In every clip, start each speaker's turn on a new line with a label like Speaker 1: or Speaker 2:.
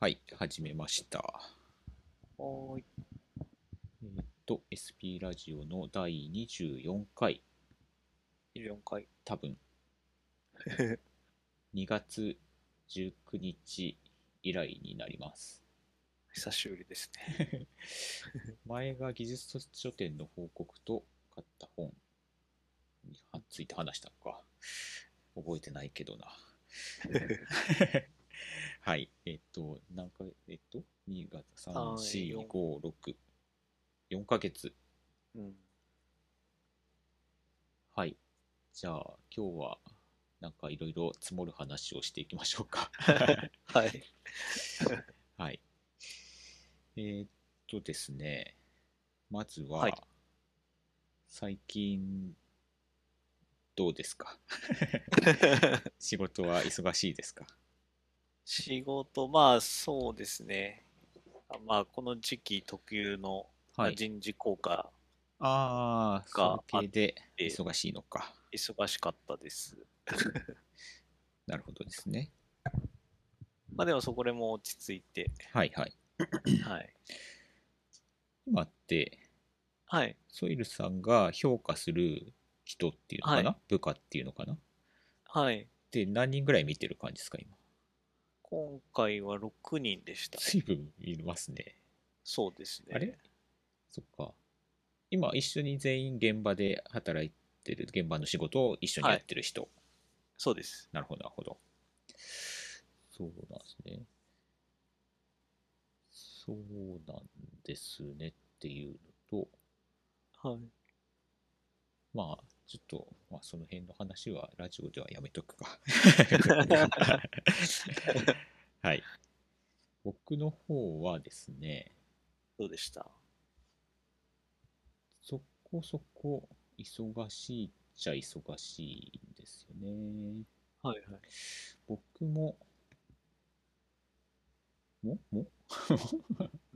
Speaker 1: はい、始めました。
Speaker 2: はーい。
Speaker 1: えーっと、SP ラジオの第24回、
Speaker 2: 24回。
Speaker 1: 多分2月19日以来になります。
Speaker 2: 久しぶりですね。
Speaker 1: 前が技術書店の報告と買った本について話したのか、覚えてないけどな。はい、えっと、何回、えっと、2月、3、4、5、6、4ヶ月。
Speaker 2: うん。
Speaker 1: はい。じゃあ、今日は、なんかいろいろ積もる話をしていきましょうか。
Speaker 2: はい。
Speaker 1: はい。えー、っとですね、まずは、
Speaker 2: はい、
Speaker 1: 最近、どうですか 仕事は忙しいですか
Speaker 2: 仕事、まあそうですね。まあこの時期特有の
Speaker 1: はい
Speaker 2: 人事効果
Speaker 1: ああ、
Speaker 2: が
Speaker 1: そ
Speaker 2: あ
Speaker 1: れ系
Speaker 2: っ
Speaker 1: で
Speaker 2: て
Speaker 1: 忙しいのか。
Speaker 2: 忙しかったです。
Speaker 1: なるほどですね。
Speaker 2: まあでもそこでも落ち着いて、
Speaker 1: はいはい。
Speaker 2: はい。
Speaker 1: 今って、
Speaker 2: はい。
Speaker 1: ソイルさんが評価する人っていうの
Speaker 2: は
Speaker 1: か
Speaker 2: い。
Speaker 1: な部下っていうのかな
Speaker 2: はい。
Speaker 1: で、何人ぐらい見てる感じですか、今。
Speaker 2: 今回は6人でした。
Speaker 1: 随分見ますね。
Speaker 2: そうです
Speaker 1: あれ
Speaker 2: ね。
Speaker 1: そっか。今、一緒に全員現場で働いてる、現場の仕事を一緒に
Speaker 2: は
Speaker 1: やっ
Speaker 2: い。
Speaker 1: てる人。
Speaker 2: そうです。
Speaker 1: なるほど、なるほど。そうなんですね。そうなんですねっていうのと、
Speaker 2: はい。
Speaker 1: まあ、ちょっと、まあ、その辺の話はラジオではやめとくか。 はい。僕の方はですね、
Speaker 2: どうでした
Speaker 1: そこそこ忙しいっちゃ忙しいんですよね。
Speaker 2: はいはい。
Speaker 1: 僕も、もも
Speaker 2: うん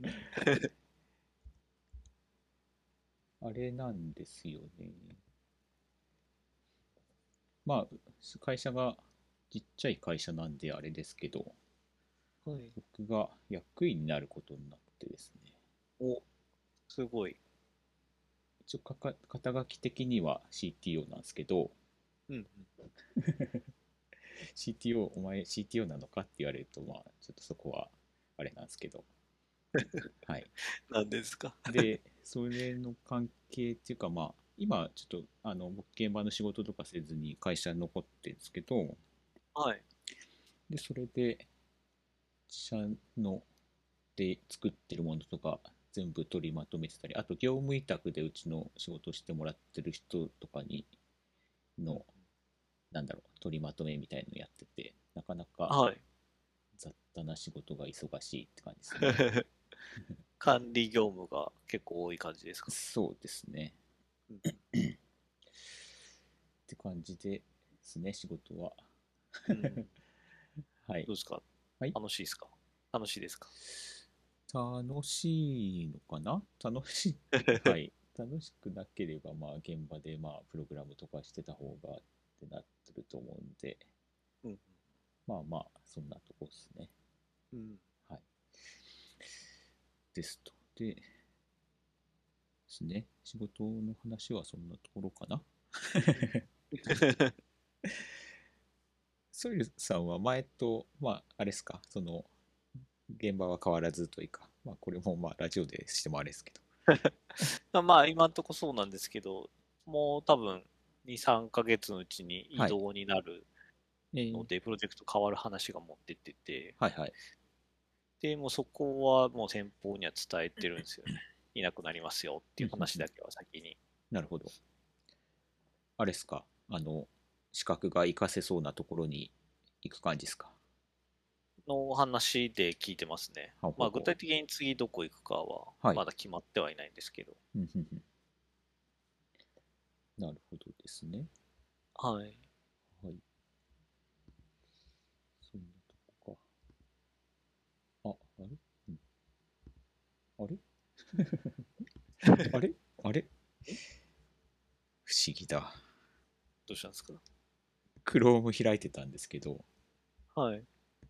Speaker 1: あれなんですよね。まあ、会社がちっちゃい会社なんであれですけど、
Speaker 2: はい。
Speaker 1: 僕が役員になることになってですね、
Speaker 2: お、すごい。
Speaker 1: 一応かか肩書き的には CTO なんですけど、
Speaker 2: うんうん。
Speaker 1: CTO、お前 CTO なのかって言われると、まあ、ちょっとそこはあれなんですけど、はい。
Speaker 2: 何ですか
Speaker 1: で、それの関係っていうか、まあ、今、ちょっと、あの、僕、現場の仕事とかせずに会社に残ってるんですけど、
Speaker 2: はい。
Speaker 1: で、それで、自社ので作ってるものとか、全部取りまとめてたり、あと、業務委託でうちの仕事してもらってる人とかに、
Speaker 2: うん
Speaker 1: の、なんだろう、取りまとめみたいのやってて、なかなか
Speaker 2: はい。
Speaker 1: 雑多な仕事が忙しいって感じですね。
Speaker 2: 管理業務が結構多い感 じですか
Speaker 1: そうです ね。
Speaker 2: うん
Speaker 1: って感じですね、仕事は。
Speaker 2: うん、ど
Speaker 1: は
Speaker 2: う
Speaker 1: い。
Speaker 2: ですか
Speaker 1: はい。
Speaker 2: 楽しいですか楽しいですか
Speaker 1: 楽しいのかな楽しい。 はい。楽しくなければ、まあ、現場で、まあ、プログラムとかしてた方がってなってると思うんで、
Speaker 2: うん、
Speaker 1: まあまあ、そんなとこですね。
Speaker 2: うん。
Speaker 1: はい。ですと。で、ですね。仕事の話はそんなところかな。ソイルさんは前と、まあ、あれですか、その、現場は変わらずというか、まあ、これも、まあ、ラジオでしてもあれですけど。
Speaker 2: まあ、まあ今んとこそうなんですけど、もう多分2、3ヶ月のうちに異
Speaker 1: はい。
Speaker 2: 動になる
Speaker 1: え
Speaker 2: の
Speaker 1: ー、
Speaker 2: で、プロジェクト変わる話が持ってってて、
Speaker 1: はいはい。
Speaker 2: で、もうそこはもう先方には伝えてるんですよ ね。いなくなりますよって
Speaker 1: う
Speaker 2: い
Speaker 1: ん
Speaker 2: う
Speaker 1: うん
Speaker 2: 話
Speaker 1: うん
Speaker 2: だけは先に。
Speaker 1: なるほど。あれですか、あの、資格が活かせそうなところに行く感じですか。
Speaker 2: の話で聞いてますね。
Speaker 1: はほ
Speaker 2: ま
Speaker 1: う
Speaker 2: あ具
Speaker 1: ほ
Speaker 2: 体的に次どこ行くかは
Speaker 1: う。はい。
Speaker 2: まだ決まってはいないんですけど。
Speaker 1: うんうんうんなるほどですね。
Speaker 2: はい。
Speaker 1: はい。そんなとこか。あ、あれ、うんあれあれあれ不思議だ。
Speaker 2: どうしたんですか
Speaker 1: Chrome 開いてたんですけど、
Speaker 2: はい。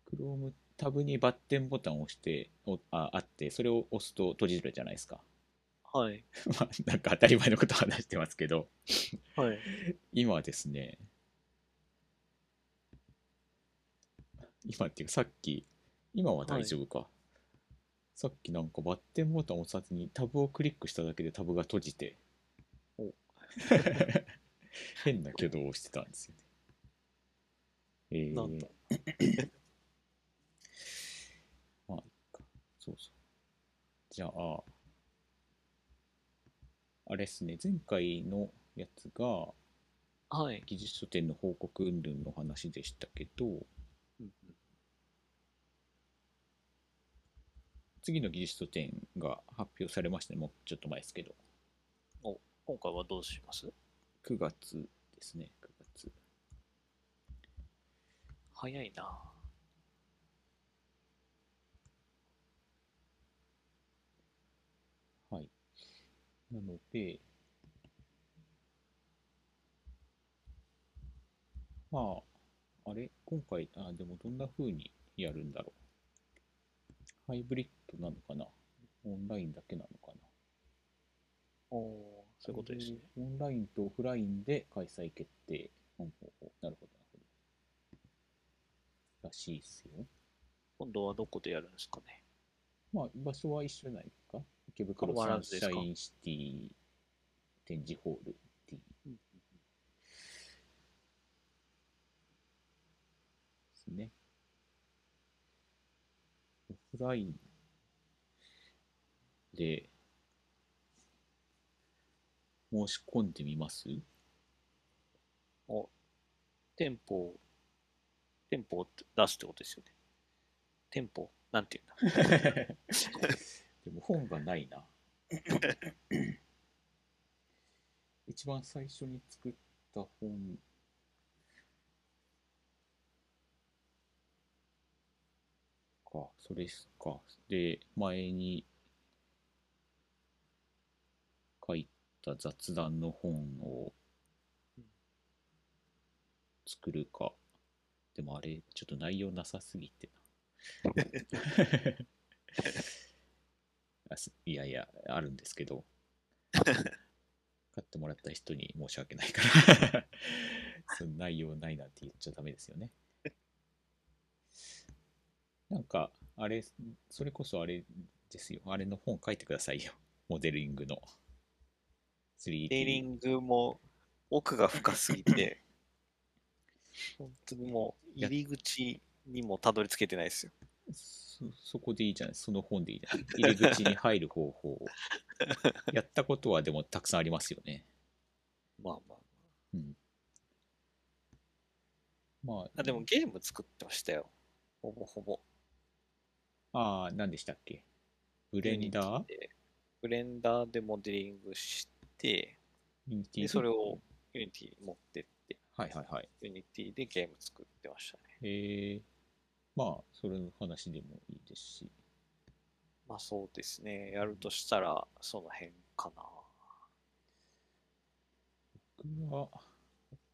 Speaker 1: Chrome タブにバッテンボタンを押して、おあ、あって、それを押すと閉じるじゃないですか。
Speaker 2: はい。
Speaker 1: まあ、なんか当たり前のことを話してますけど、
Speaker 2: はい。
Speaker 1: 今ですね、今っていうかさっき、今は大丈夫か。さっきなんかバッテンボタンを押さずにタブをクリックしただけでタブが閉じて
Speaker 2: お、
Speaker 1: 変な挙動をしてたんですよね。えー
Speaker 2: なんだ
Speaker 1: まあ、いいかそうそう。じゃあ、あれですね、前回のやつが、
Speaker 2: はい。
Speaker 1: 技術書店の報告云々の話でしたけど、
Speaker 2: うん
Speaker 1: 次の技術書店が発表されましたね、もうちょっと前ですけど、
Speaker 2: 今回はどうします
Speaker 1: 9月ですね、9月。
Speaker 2: 早いな。
Speaker 1: はい。なので、まあ、あれ、今回、あ、でもどんな風にやるんだろう。ハイブリッドなのかなオンラインだけなのかな
Speaker 2: おおー、そういうことですね。
Speaker 1: オンラインとオフラインで開催決定。ほんほんほんなるほど、なるほど。らしいですよ。
Speaker 2: 今度はどこでやるんですかね。
Speaker 1: まあ、場所は一緒じゃないか。池袋
Speaker 2: 変わ
Speaker 1: サ
Speaker 2: ら
Speaker 1: ン
Speaker 2: ずで
Speaker 1: シ
Speaker 2: すか
Speaker 1: ャインシティ展示ホール D。ですね。オフラインで申し込んでみます
Speaker 2: 店舗を、店舗を出すってことですよね。店舗、なんていうんだ。
Speaker 1: でも本がないな。一番最初に作った本。か、それっすか。で、前に書いた雑談の本を作るか。でもあれ、ちょっと内容なさすぎてな。あすいやいや、あるんですけど、買ってもらった人に申し訳ないから、その内容ないなんて言っちゃダメですよね。なんか、あれ、それこそあれですよ。あれの本書いてくださいよ。モデリングの。3D。
Speaker 2: デイリングも奥が深すぎて、本当にもう入り口にもたどり着けてないですよ。
Speaker 1: そ、そこでいいじゃない。その本でいいじゃない。入り口に入る方法 を。やったことはでもたくさんありますよね。
Speaker 2: まあまあ。
Speaker 1: うん。まあ、
Speaker 2: あでもゲーム作ってましたよ。ほぼほぼ。
Speaker 1: ああ、何でしたっけブレンダー
Speaker 2: でブレンダーでモデリングして、
Speaker 1: ユニティ
Speaker 2: でそれをユニティに持ってって、
Speaker 1: はいはいはい。
Speaker 2: ユニティでゲーム作ってましたね。
Speaker 1: えー、まあ、それの話でもいいですし。
Speaker 2: まあそうですね。やるとしたら、その辺かな。
Speaker 1: 僕は、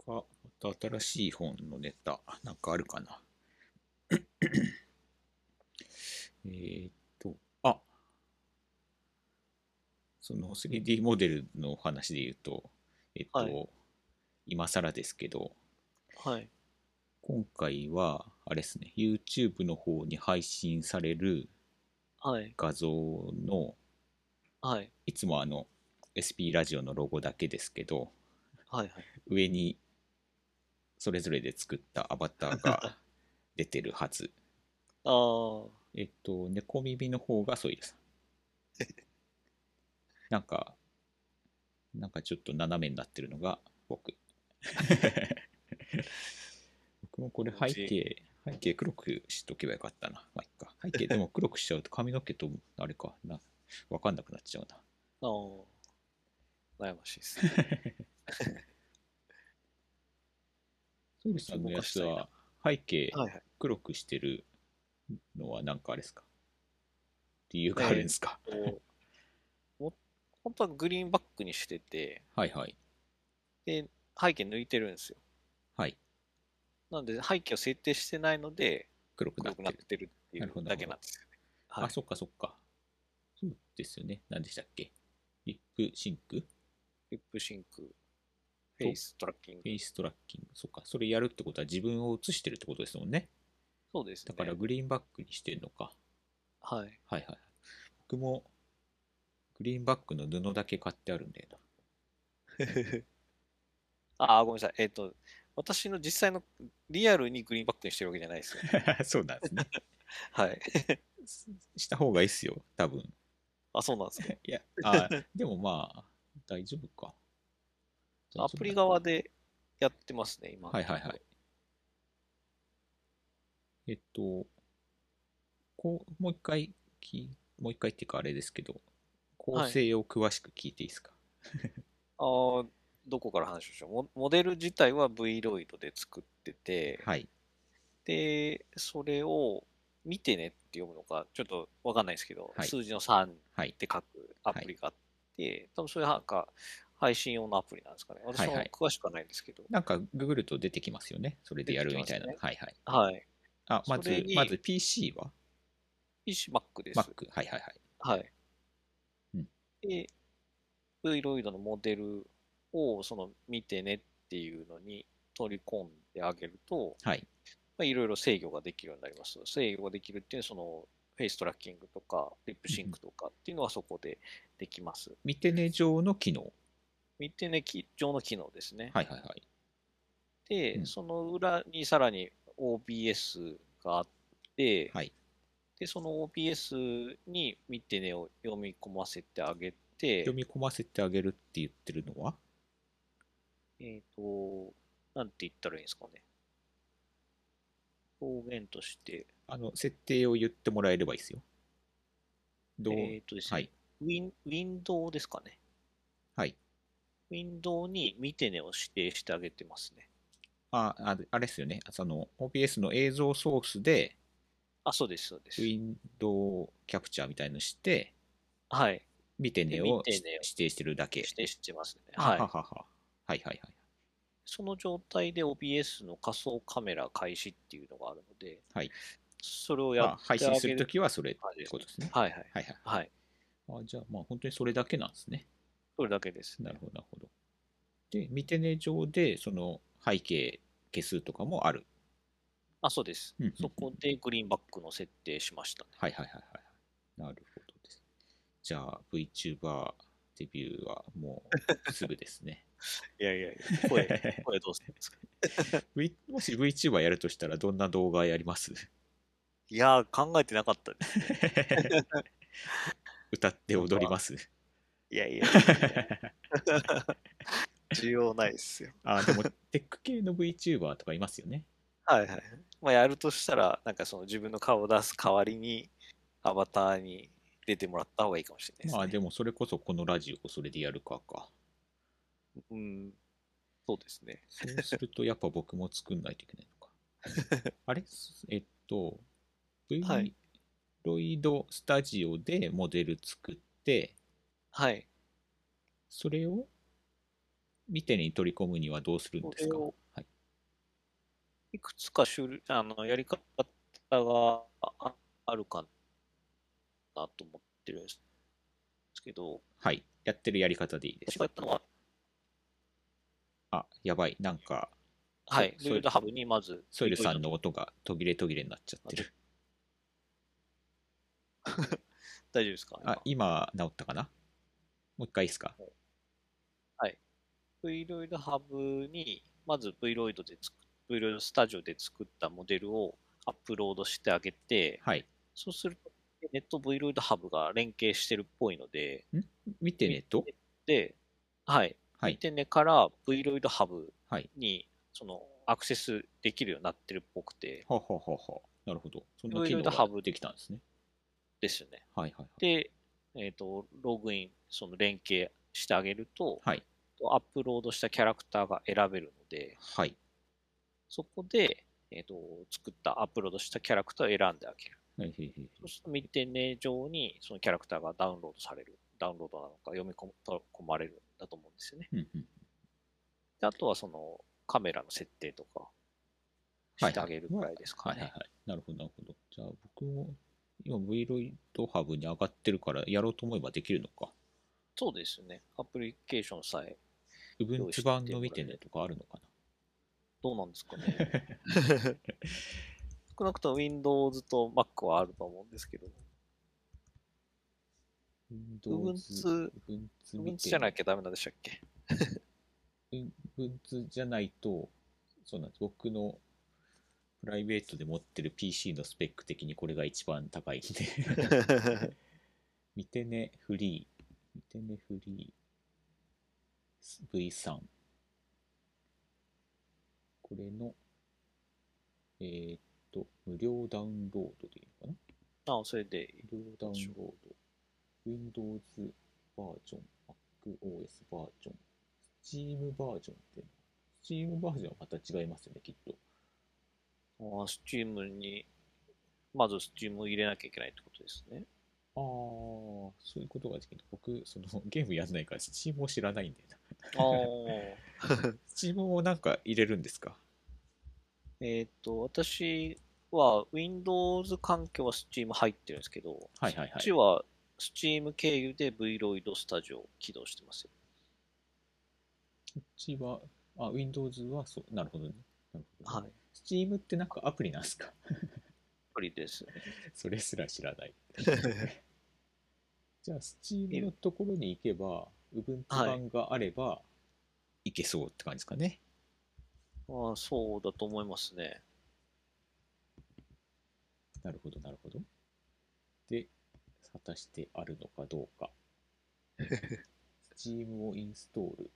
Speaker 1: 他、また新しい本のネタ、なんかあるかな。 えーっと、あその 3D モデルの話で言うと、えっと、
Speaker 2: はい
Speaker 1: 今更ですけど、
Speaker 2: はい。
Speaker 1: 今回は、あれですね、YouTube の方に配信される
Speaker 2: はい。
Speaker 1: 画像の、
Speaker 2: はい。
Speaker 1: いつもあの、SP ラジオのロゴだけですけど、
Speaker 2: はい。はい。
Speaker 1: 上にそれぞれで作ったアバターが出てるはず。
Speaker 2: ああ。
Speaker 1: えっと、猫耳の方がソイルさん。なんか、なんかちょっと斜めになってるのが僕。僕もこれ背景、背景黒くしとけばよかったな。まあ、いっか。背景でも黒くしちゃうと髪の毛と、あれかな、わかんなくなっちゃうな。
Speaker 2: ああ、悩ましいですね。
Speaker 1: ソイルさんのやつは背景
Speaker 2: はいはい。
Speaker 1: 黒くしてるのはなんかあれですか理由があるんですか、
Speaker 2: こうも本当はグリーンバックにしてて、
Speaker 1: はいはい。
Speaker 2: で、背景抜いてるんですよ。
Speaker 1: はい。
Speaker 2: なんで、背景を設定してないので、
Speaker 1: 黒くな
Speaker 2: 黒
Speaker 1: っ
Speaker 2: く
Speaker 1: てる。
Speaker 2: なってるってい
Speaker 1: なるほ
Speaker 2: う
Speaker 1: ど
Speaker 2: だけなんですよね。はい
Speaker 1: あ、そっかそっか。そうですよね。何でしたっけリップシンク
Speaker 2: リップシンク、フェイストラッキング
Speaker 1: フ。ェイストラッキング。そっか。それやるってことは自分を映してるってことですもんね。
Speaker 2: そうですね。
Speaker 1: だからグリーンバックにしてるのか。
Speaker 2: はい。
Speaker 1: はいはい。僕もグリーンバックの布だけ買ってあるん だよな。
Speaker 2: あー、ごめんなさい。えっ、と、私の実際のリアルにグリーンバックにしてるわけじゃないですよ ね。
Speaker 1: そうなんですね。
Speaker 2: はい。
Speaker 1: した方がいいっすよ、多分。
Speaker 2: あ、そうなんですね。
Speaker 1: いや、あでもまあ、大丈夫か。
Speaker 2: アプリ側でやってますね、今。
Speaker 1: はいはいはい。。えっと、こう、もう一回き、もう一回っていうかあれですけど、構成を詳しく聞いていいですか。
Speaker 2: あーどこから話をしよう。モモデル自体は Vloid で作ってて、
Speaker 1: はい。
Speaker 2: で、それを見てねって読むのか、ちょっとわかんないですけど、
Speaker 1: はい
Speaker 2: 数字の3っ
Speaker 1: はい。
Speaker 2: て書くアプリがあって、多分それなんか配信用のアプリなんですかね。私
Speaker 1: はい
Speaker 2: も
Speaker 1: はい
Speaker 2: 詳しくはないんですけど。
Speaker 1: なんか、ググると出てきますよね。それでやるみたいな。
Speaker 2: 出て
Speaker 1: はいはい。
Speaker 2: はい。
Speaker 1: あ、ま
Speaker 2: それ
Speaker 1: ず、
Speaker 2: に
Speaker 1: まず PC は
Speaker 2: PC Mac です。
Speaker 1: ?Mac。はいはいはい。
Speaker 2: はい。
Speaker 1: うん
Speaker 2: で、Vloid のモデルをその見てねっていうのに取り込んであげると、
Speaker 1: はい。
Speaker 2: まあ、いろいろ制御ができるようになります。制御ができるっていうのは、そのフェイストラッキングとか、リップシンクとかっていうのはそこでできます。
Speaker 1: 見てね上の機能。
Speaker 2: 見てね、き上の機能ですね。
Speaker 1: はいはいはい。
Speaker 2: で、
Speaker 1: うん
Speaker 2: その裏にさらに OBS があって、
Speaker 1: はい
Speaker 2: で、その OBS に見てねを読み込ませてあげて、
Speaker 1: 読み込ませてあげるって言ってるのは
Speaker 2: えっ、と、なんて言ったらいいんですかね。表現として、
Speaker 1: あの、設定を言ってもらえればいいですよ。どう、
Speaker 2: えっ、とですね、
Speaker 1: はい。
Speaker 2: ウィン、ウィンドウですかね。
Speaker 1: はい。
Speaker 2: ウィンドウに見てねを指定してあげてますね。
Speaker 1: あ、ああれですよね。その OBS の映像ソースで、
Speaker 2: あ、そうです、そうです
Speaker 1: ウ。ィンドウキャプチャーみたいのして、
Speaker 2: はい。
Speaker 1: 見てねを
Speaker 2: 見てねを
Speaker 1: 指定してるだけ。
Speaker 2: 指定してますね。
Speaker 1: はは
Speaker 2: はい。
Speaker 1: はは。はいはいはい。
Speaker 2: その状態で OBS の仮想カメラ開始っていうのがあるので、
Speaker 1: はい
Speaker 2: それを
Speaker 1: ま
Speaker 2: や
Speaker 1: あ、
Speaker 2: ってあ
Speaker 1: 配
Speaker 2: げる。
Speaker 1: 信するときはそれってことですね。
Speaker 2: はいはい。
Speaker 1: はいはい。
Speaker 2: はい。
Speaker 1: あじゃあ、まあ本当にそれだけなんですね。
Speaker 2: それだけです、
Speaker 1: な
Speaker 2: ね
Speaker 1: る。ほど、なるほど。で、見てね上で、その背景消すとかもある。
Speaker 2: あ、そうです。
Speaker 1: うんうんうん
Speaker 2: そこでグリーンバックの設定しましたね。
Speaker 1: はいはいはいはい。なるほどです。じゃあ、VTuber デビューはもうすぐです ね。
Speaker 2: いやいやいや、声、声どうするんですか
Speaker 1: V- もし VTuber やるとしたら、どんな動画やります
Speaker 2: いやー、考えてなかったです。
Speaker 1: 歌って踊ります
Speaker 2: いやい や、需要ないですよ。
Speaker 1: あ、でも、 テック系の VTuber とかいますよね。
Speaker 2: はいはい。まあ、やるとしたら、なんかその自分の顔を出す代わりに、アバターに出てもらった方がいいかもしれないです、ね。
Speaker 1: まあ、でも、それこそこのラジオをそれでやるかか。
Speaker 2: うん。そうですね。
Speaker 1: そうすると、やっぱ僕も作んないといけない のか。あれえっと、V
Speaker 2: は
Speaker 1: ロイドスタジオでモデル作って、
Speaker 2: はい。
Speaker 1: それを見てに取り込むにはどうするんですか
Speaker 2: それを
Speaker 1: はい、
Speaker 2: いくつか種類、あの、やり方がああるかなと思ってるんですけど、
Speaker 1: はい。やってるやり方でいいで
Speaker 2: 私
Speaker 1: す
Speaker 2: が。やったのは、
Speaker 1: あ、やばい。なんか、
Speaker 2: はい、
Speaker 1: そ
Speaker 2: ルールハブにまず、
Speaker 1: ソイルさんの音が途切れ途切れになっちゃってる。
Speaker 2: 大丈夫ですか
Speaker 1: あ、今、治ったかなもう一回いいですか
Speaker 2: Vloid ハブに、まず Vloid で作、Vloid スタジオで作ったモデルをアップロードしてあげて、
Speaker 1: はい。
Speaker 2: そうすると、ネット Vloid ハブが連携してるっぽいので、
Speaker 1: 見てねと。
Speaker 2: で、はい、
Speaker 1: は
Speaker 2: 見
Speaker 1: い。
Speaker 2: てねから Vloid ハブ
Speaker 1: はい
Speaker 2: に、その、アクセスできるようになってるっぽくて、
Speaker 1: はははは。なるほど。そんな機
Speaker 2: いろ
Speaker 1: 能
Speaker 2: いろとハ
Speaker 1: が
Speaker 2: ブ
Speaker 1: できたんですね。
Speaker 2: ですよね。
Speaker 1: はいはいはい。
Speaker 2: で、えっ、と、ログイン、その連携してあげると、
Speaker 1: はい。
Speaker 2: アップロードしたキャラクターが選べるので、
Speaker 1: はい。
Speaker 2: そこで、えっ、と、作った、アップロードしたキャラクターを選んであげる。
Speaker 1: はいはいはい
Speaker 2: そうすると、見てね上に、そのキャラクターがダウンロードされる。ダウンロードなのか、読み込む取り込まれるんだと思うんですよね。
Speaker 1: うんうん
Speaker 2: であとは、その、カメラの設定とか、してあげるぐらいですか
Speaker 1: はいはい
Speaker 2: ね。
Speaker 1: はい。なるほど、なるほど。じゃあ僕も今 Vloidhub に上がってるからやろうと思えばできるのか。
Speaker 2: そうですね。アプリケーションさえ、
Speaker 1: 部分
Speaker 2: 用意して
Speaker 1: 版の見てねとかあるのか
Speaker 2: どうなんですかね。 少なくとも Windows と Mac はあると思うんですけど、
Speaker 1: な。
Speaker 2: Ubuntu
Speaker 1: 部分つ
Speaker 2: Windows じゃなきゃダメなんでしたっけ
Speaker 1: ブンツじゃないと、そうなんです。僕のプライベートで持ってる PC のスペック的にこれが一番高いんで。見てねフリー。見てねフリー。V3。これの、えーっと、無料ダウンロードでいいのかな
Speaker 2: ああ、それでいい、
Speaker 1: 無料ダウンロード。Windows バージョン、MacOS バージョン、Steam バージョンっていうの Steam バージョンはまた違いますよね、きっと。
Speaker 2: ああ Steam に、まず Steam を入れなきゃいけないってことですね。
Speaker 1: ああ、そういうことができる。僕、そのゲームやんないから Steam を知らないんだよな。
Speaker 2: ああ、
Speaker 1: Steam をなんか入れるんですか
Speaker 2: えっと、私は Windows 環境は Steam 入ってるんですけど、
Speaker 1: はいはいは
Speaker 2: こっ
Speaker 1: い
Speaker 2: ち。は Steam 経由で Vloid Studio を起動してますよ。
Speaker 1: こっちは、あ、Windows はそう、なるほどね。なるほど、
Speaker 2: はい。
Speaker 1: Steam ってなんかアプリなんですか
Speaker 2: アプリです。
Speaker 1: それすら知らない。じゃあ、Steam のところに行けば、Ubuntu 版があれば、いけそうって感じですかね。
Speaker 2: ああ、そうだと思いますね。
Speaker 1: なるほど、なるほど。で、果たしてあるのかどう か。Steam をインストール。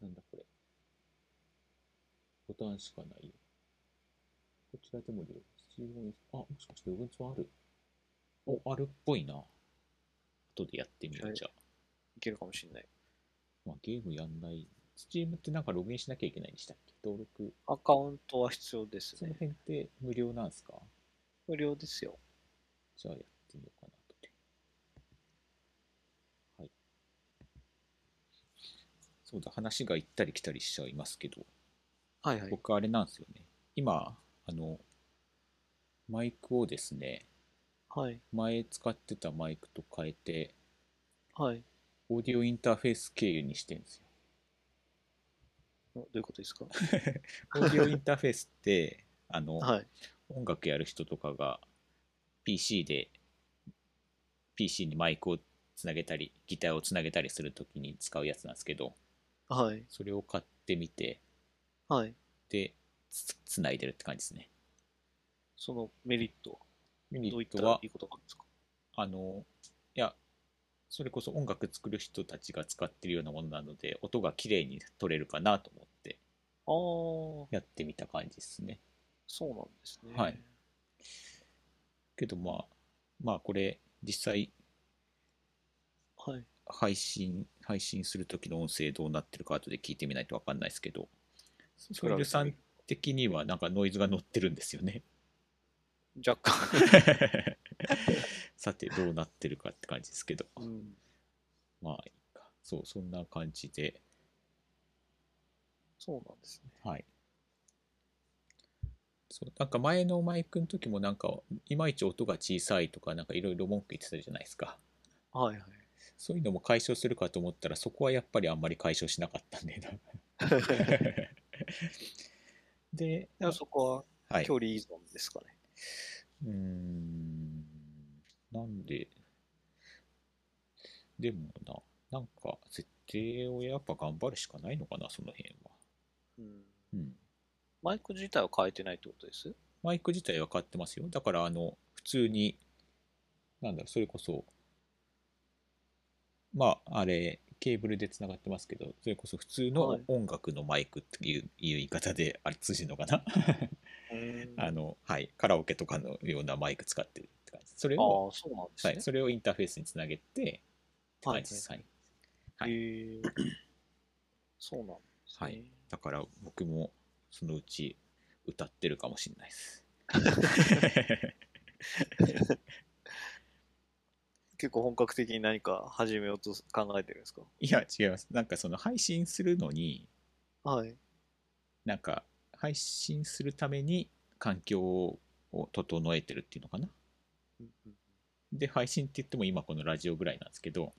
Speaker 1: なんだこれ。ボタンしかないよ。こちらでもいいよ。Steam をインストあ、もしかして Ubuntu あるお、あるっぽいな。後でやってみよ
Speaker 2: は
Speaker 1: う、
Speaker 2: い
Speaker 1: じゃあ。
Speaker 2: いけるかもしれない。
Speaker 1: まあ、ゲームやんない。Steam ってなんかログインしなきゃいけないんでしたっけ登録。
Speaker 2: アカウントは必要です
Speaker 1: その
Speaker 2: ね。
Speaker 1: 辺って無料なんすか
Speaker 2: 無料ですよ。
Speaker 1: じゃあやってみようかなとで。はい。そうだ、話が行ったり来たりしちゃいますけど、
Speaker 2: はいはい。
Speaker 1: 僕あれなんですよね。今、あの、マイクをですね、
Speaker 2: はい。
Speaker 1: 前使ってたマイクと変えて、
Speaker 2: はい。
Speaker 1: オーディオインターフェース経由にしてるんです よ。
Speaker 2: おどういうことですか
Speaker 1: オーディオインターフェースって、あの、
Speaker 2: はい。
Speaker 1: 音楽やる人とかが PC で PC にマイクをつなげたりギターをつなげたりするときに使うやつなんですけど
Speaker 2: はい。
Speaker 1: それを買ってみて
Speaker 2: はい。
Speaker 1: でつつないでるって感じですね
Speaker 2: そのメリットは
Speaker 1: メリ
Speaker 2: どういっ
Speaker 1: ッ
Speaker 2: た
Speaker 1: トは
Speaker 2: らいいことがあるんですか
Speaker 1: あのいやそれこそ音楽作る人たちが使ってるようなものなので音が綺麗に取れるかなと思って
Speaker 2: ああ、
Speaker 1: やってみた感じですね
Speaker 2: そうなんですね。
Speaker 1: はいけどまあまあこれ実際
Speaker 2: はい。
Speaker 1: 配信、配信するときの音声どうなってるか後で聞いてみないと分かんないですけど、ソイルさん的にはなんかノイズが乗ってるんですよね。
Speaker 2: 若干、
Speaker 1: さて、どうなってるかって感じですけど、
Speaker 2: うん。
Speaker 1: まあいいか。そう、そんな感じで、
Speaker 2: そうなんですね。
Speaker 1: はい。そう、なんか前のマイクの時もなんか、いまいち音が小さいとか、なんかいろいろ文句言ってたじゃないですか。
Speaker 2: はいはい。
Speaker 1: そういうのも解消するかと思ったら、そこはやっぱりあんまり解消しなかったんで な。で、
Speaker 2: ではそこ
Speaker 1: は。
Speaker 2: はい距離依存ですかね。
Speaker 1: うーんなんで、でもな、なんか設定をやっぱ頑張るしかないのかな、その辺は。
Speaker 2: うん。
Speaker 1: うん。
Speaker 2: マイク自体は変えてないってことです
Speaker 1: マイク自体は買ってますよ。だから、あの、普通に、なんだろう、それこそ、まあ、あれ、ケーブルでつながってますけど、それこそ普通
Speaker 2: は
Speaker 1: の
Speaker 2: い
Speaker 1: 音楽のマイクっていういう言い方で、あれ、通じるのかな
Speaker 2: うん
Speaker 1: あの、はい、カラオケとかのようなマイク使ってるって感じ。それ
Speaker 2: ああ
Speaker 1: を、、
Speaker 2: そうなんです
Speaker 1: は
Speaker 2: ね。
Speaker 1: い、それをインターフェースにつなげて、
Speaker 2: は
Speaker 1: はいい、はい
Speaker 2: へ えそうなんですね。
Speaker 1: はいだから僕もそのうち歌ってるかもしれない です。
Speaker 2: 結構本格的に何か始めようと考えてるんですか
Speaker 1: いや違います。なんかその配信するのに
Speaker 2: はい。
Speaker 1: なんか配信するために環境を整えてるっていうのかな。
Speaker 2: うんう
Speaker 1: で、配信って言っても今このラジオぐらいなんですけど、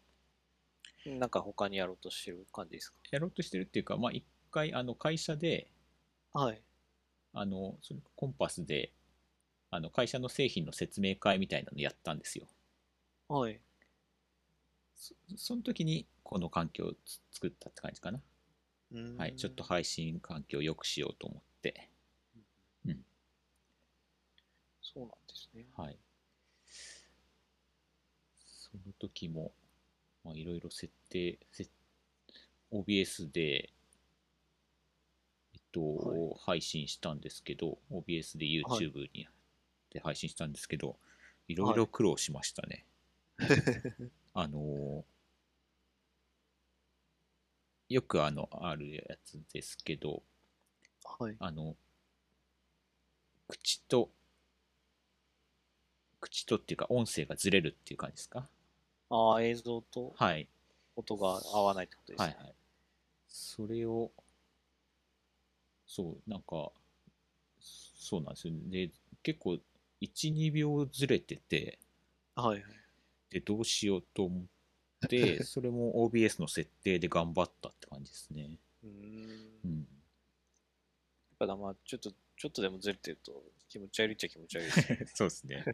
Speaker 2: んなんか他にやろうとしてる感じですか
Speaker 1: やろうとしてるっていうか、まあ一回あの会社で、
Speaker 2: はい。
Speaker 1: あの、それコンパスで、あの会社の製品の説明会みたいなのやったんですよ。
Speaker 2: はい。
Speaker 1: そその時にこの環境をつ作ったって感じかな。
Speaker 2: うーん
Speaker 1: はい、ちょっと配信環境を良くしようと思って。
Speaker 2: そうなんですね。
Speaker 1: はい。その時も、まあ、いろいろ設定、せ OBS で、えっと、
Speaker 2: は
Speaker 1: 配信したんですけど、OBS で YouTube に、で配信したんですけど、いろいろ苦労しました ね。あのーよくあの、あるやつですけど、
Speaker 2: はい。
Speaker 1: あの、口と、口とっていうか音声がずれるっていう感じですか
Speaker 2: ああ、映像と
Speaker 1: はい。
Speaker 2: 音が合わないってことです
Speaker 1: はいは
Speaker 2: ね。
Speaker 1: い。それを、そう、なんか、そうなんですよね。で、結構、1、2秒ずれてて、
Speaker 2: はい。はい。
Speaker 1: で、どうしようと思 って、それも OBS の設定で頑張ったって感じですね。
Speaker 2: うーん。
Speaker 1: う
Speaker 2: やっ
Speaker 1: ん。
Speaker 2: ぱだまあ、ちょっと、ちょっとでもずれてると気持ち悪いっちゃ気持ち悪い ですね。
Speaker 1: そうですね。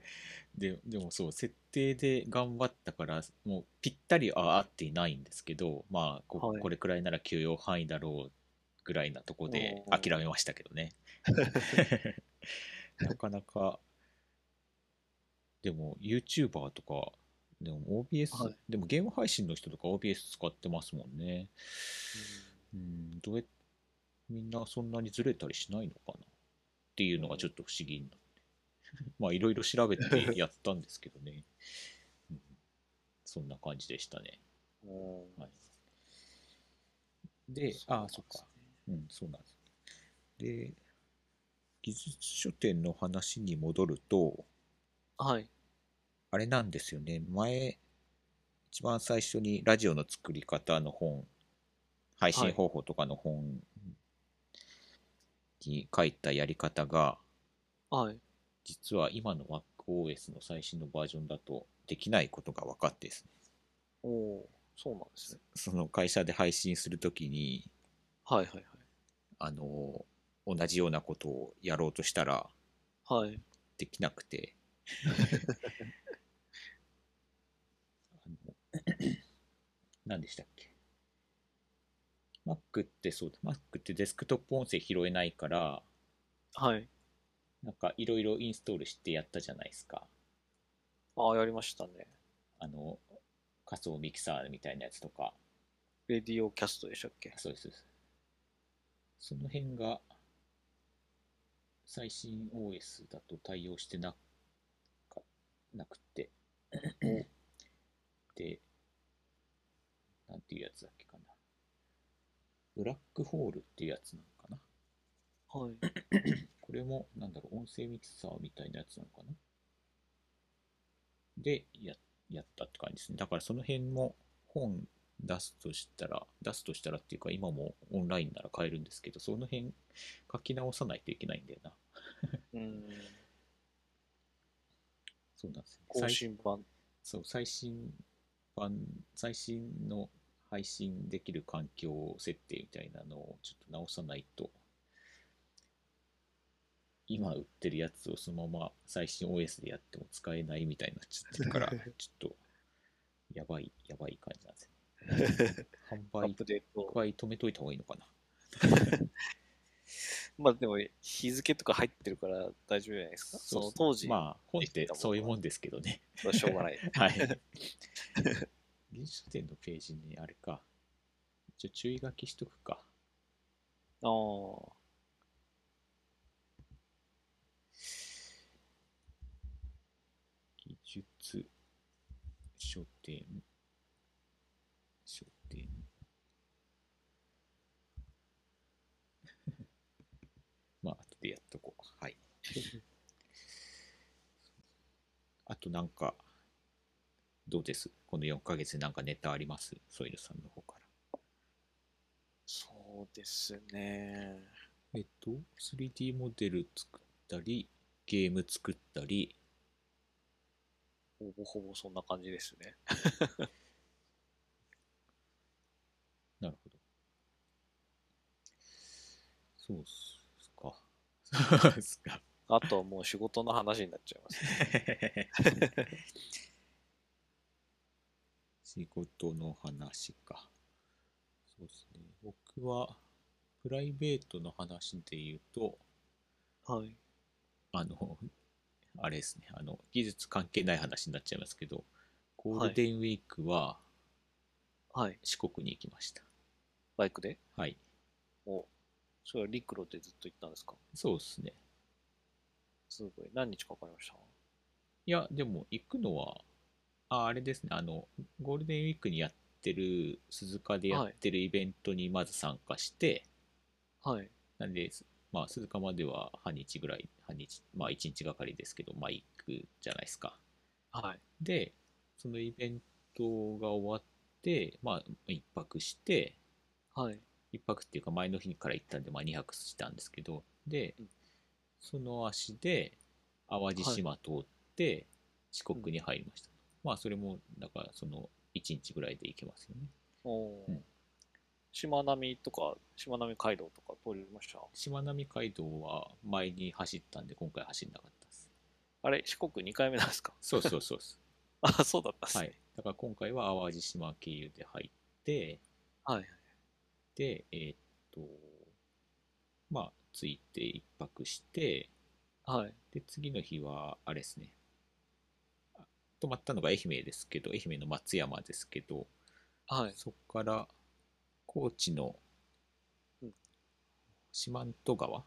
Speaker 1: で、でもそう、設定で頑張ったから、もうぴったりは合っていないんですけど、まあ、こ,、
Speaker 2: はい
Speaker 1: これくらいなら許容範囲だろうぐらいなとこで
Speaker 2: おー
Speaker 1: 諦めましたけどね。 なかなか、でも YouTuber とか、でも OBS、
Speaker 2: はい
Speaker 1: でもゲーム配信の人とか OBS 使ってますもんね。うん、どうやっみんなそんなにずれたりしないのかなっていうのがちょっと不思議になって。 まあ、いろいろ調べてやったんですけどね。うんそんな感じでしたね。
Speaker 2: うんおー
Speaker 1: はい、で、
Speaker 2: そうな
Speaker 1: あ
Speaker 2: ん
Speaker 1: あ、
Speaker 2: です
Speaker 1: そ
Speaker 2: ね
Speaker 1: っか。うん、そうなんです。で、技術書店の話に戻ると、
Speaker 2: はい。
Speaker 1: あれなんですよね。前、一番最初にラジオの作り方の本、配信方法とかの本に書いたやり方が、
Speaker 2: はい。
Speaker 1: 実は今の MacOS の最新のバージョンだとできないことが分かってですね。
Speaker 2: おおーそうなんですね。
Speaker 1: その会社で配信するときに、
Speaker 2: はいはい
Speaker 1: あの、同じようなことをやろうとしたら
Speaker 2: はい。はい。
Speaker 1: できなくて。あの何でしたっけ ?Mac ってそうだ。Mac ってデスクトップ音声拾えないから、
Speaker 2: はい。
Speaker 1: なんかいろいろインストールしてやったじゃないですか。
Speaker 2: ああ、やりましたね。
Speaker 1: あの、仮想ミキサーみたいなやつとか。
Speaker 2: レディオキャストでしたっけ
Speaker 1: そうです。そうですその辺が最新 OS だと対応してなかなくて。で、なんていうやつだっけかな。ブラックホールっていうやつなのかな。
Speaker 2: はい。
Speaker 1: これも、なんだろう、音声ミキサーみたいなやつなのかな。で、や、やったって感じですね。だからその辺も本出すとしたら、出すとしたらっていうか、今もオンラインなら買えるんですけど、その辺書き直さないといけないんだよな。
Speaker 2: うん。
Speaker 1: そうなんですよ
Speaker 2: 更
Speaker 1: 最
Speaker 2: 新版。
Speaker 1: そう、最新版、最新の配信できる環境設定みたいなのをちょっと直さないと、今売ってるやつをそのまま最新 OS でやっても使えないみたいになっちゃってる から、ちょっと、やばい、やばい感じなん ですよね。
Speaker 2: ア
Speaker 1: 販売
Speaker 2: ップデー
Speaker 1: 一
Speaker 2: ト。
Speaker 1: 回止めといた方がいいのかな。
Speaker 2: まあでも、日付とか入ってるから大丈夫じゃないですか。その当時、ま
Speaker 1: まあ、本ってそういうもんですけどね。
Speaker 2: あ、しょうがない。
Speaker 1: はい。臨書店のページにあれか。一応注意書きしとくか。
Speaker 2: ああ。
Speaker 1: 技術書店。書店。 まあ、後でやっとこう。はい。 あとなんか、どうですこの4ヶ月でなんかネタありますソイルさんの方から。
Speaker 2: そそうですね。
Speaker 1: えっと、3D モデル作ったり、ゲーム作ったり、
Speaker 2: ほぼほぼそんな感じですね。
Speaker 1: なるほど。そうっすか。そうっすか。
Speaker 2: あとはもう仕事の話になっちゃいます。
Speaker 1: 仕事の話か。そうですね。僕は、プライベートの話で言うと、
Speaker 2: はい。
Speaker 1: あの、あれですね。あの、技術関係ない話になっちゃいますけど、ゴールデンウィークは
Speaker 2: はい。
Speaker 1: 四国に行きました。
Speaker 2: バイクで
Speaker 1: はい。
Speaker 2: おそれは陸路でずっと行ったんですか
Speaker 1: そうですね。
Speaker 2: すごい。何日かかりました
Speaker 1: いや、でも行くのは、あ、あれですね。あの、ゴールデンウィークにやってる、鈴鹿でやってるイベントにまず参加して、
Speaker 2: はい。
Speaker 1: なんで、すまあ、鈴鹿までは半日ぐらい、半日、まあ、1日がかりですけど、まあ、行くじゃないですか。
Speaker 2: はい。
Speaker 1: で、そのイベントが終わって、まあ、一泊して、
Speaker 2: はい。
Speaker 1: 一泊っていうか、前の日から行ったんで、まあ、2泊したんですけど、で
Speaker 2: うん、
Speaker 1: その足で、淡路島通って、四国に入りました。まあ、それも、だから、その、1日ぐらいで行けますよね。
Speaker 2: お
Speaker 1: うん
Speaker 2: しまなみとか、しまなみ海道とか通りました
Speaker 1: しまなみ海道は前に走ったんで、今回走んなかったです。
Speaker 2: あれ、四国2回目なんですか
Speaker 1: そうそうそうです。
Speaker 2: あ、そうだったっす
Speaker 1: は
Speaker 2: ね
Speaker 1: い。、だから今回は淡路島経由で入って、
Speaker 2: はい。
Speaker 1: で、えーっと、まあ、ついて一泊して、
Speaker 2: はい。
Speaker 1: で、次の日は、あれですね、あ泊まったのが愛媛ですけど、愛媛の松山ですけど、
Speaker 2: はい。
Speaker 1: そこから高知の
Speaker 2: うん
Speaker 1: 四万十川、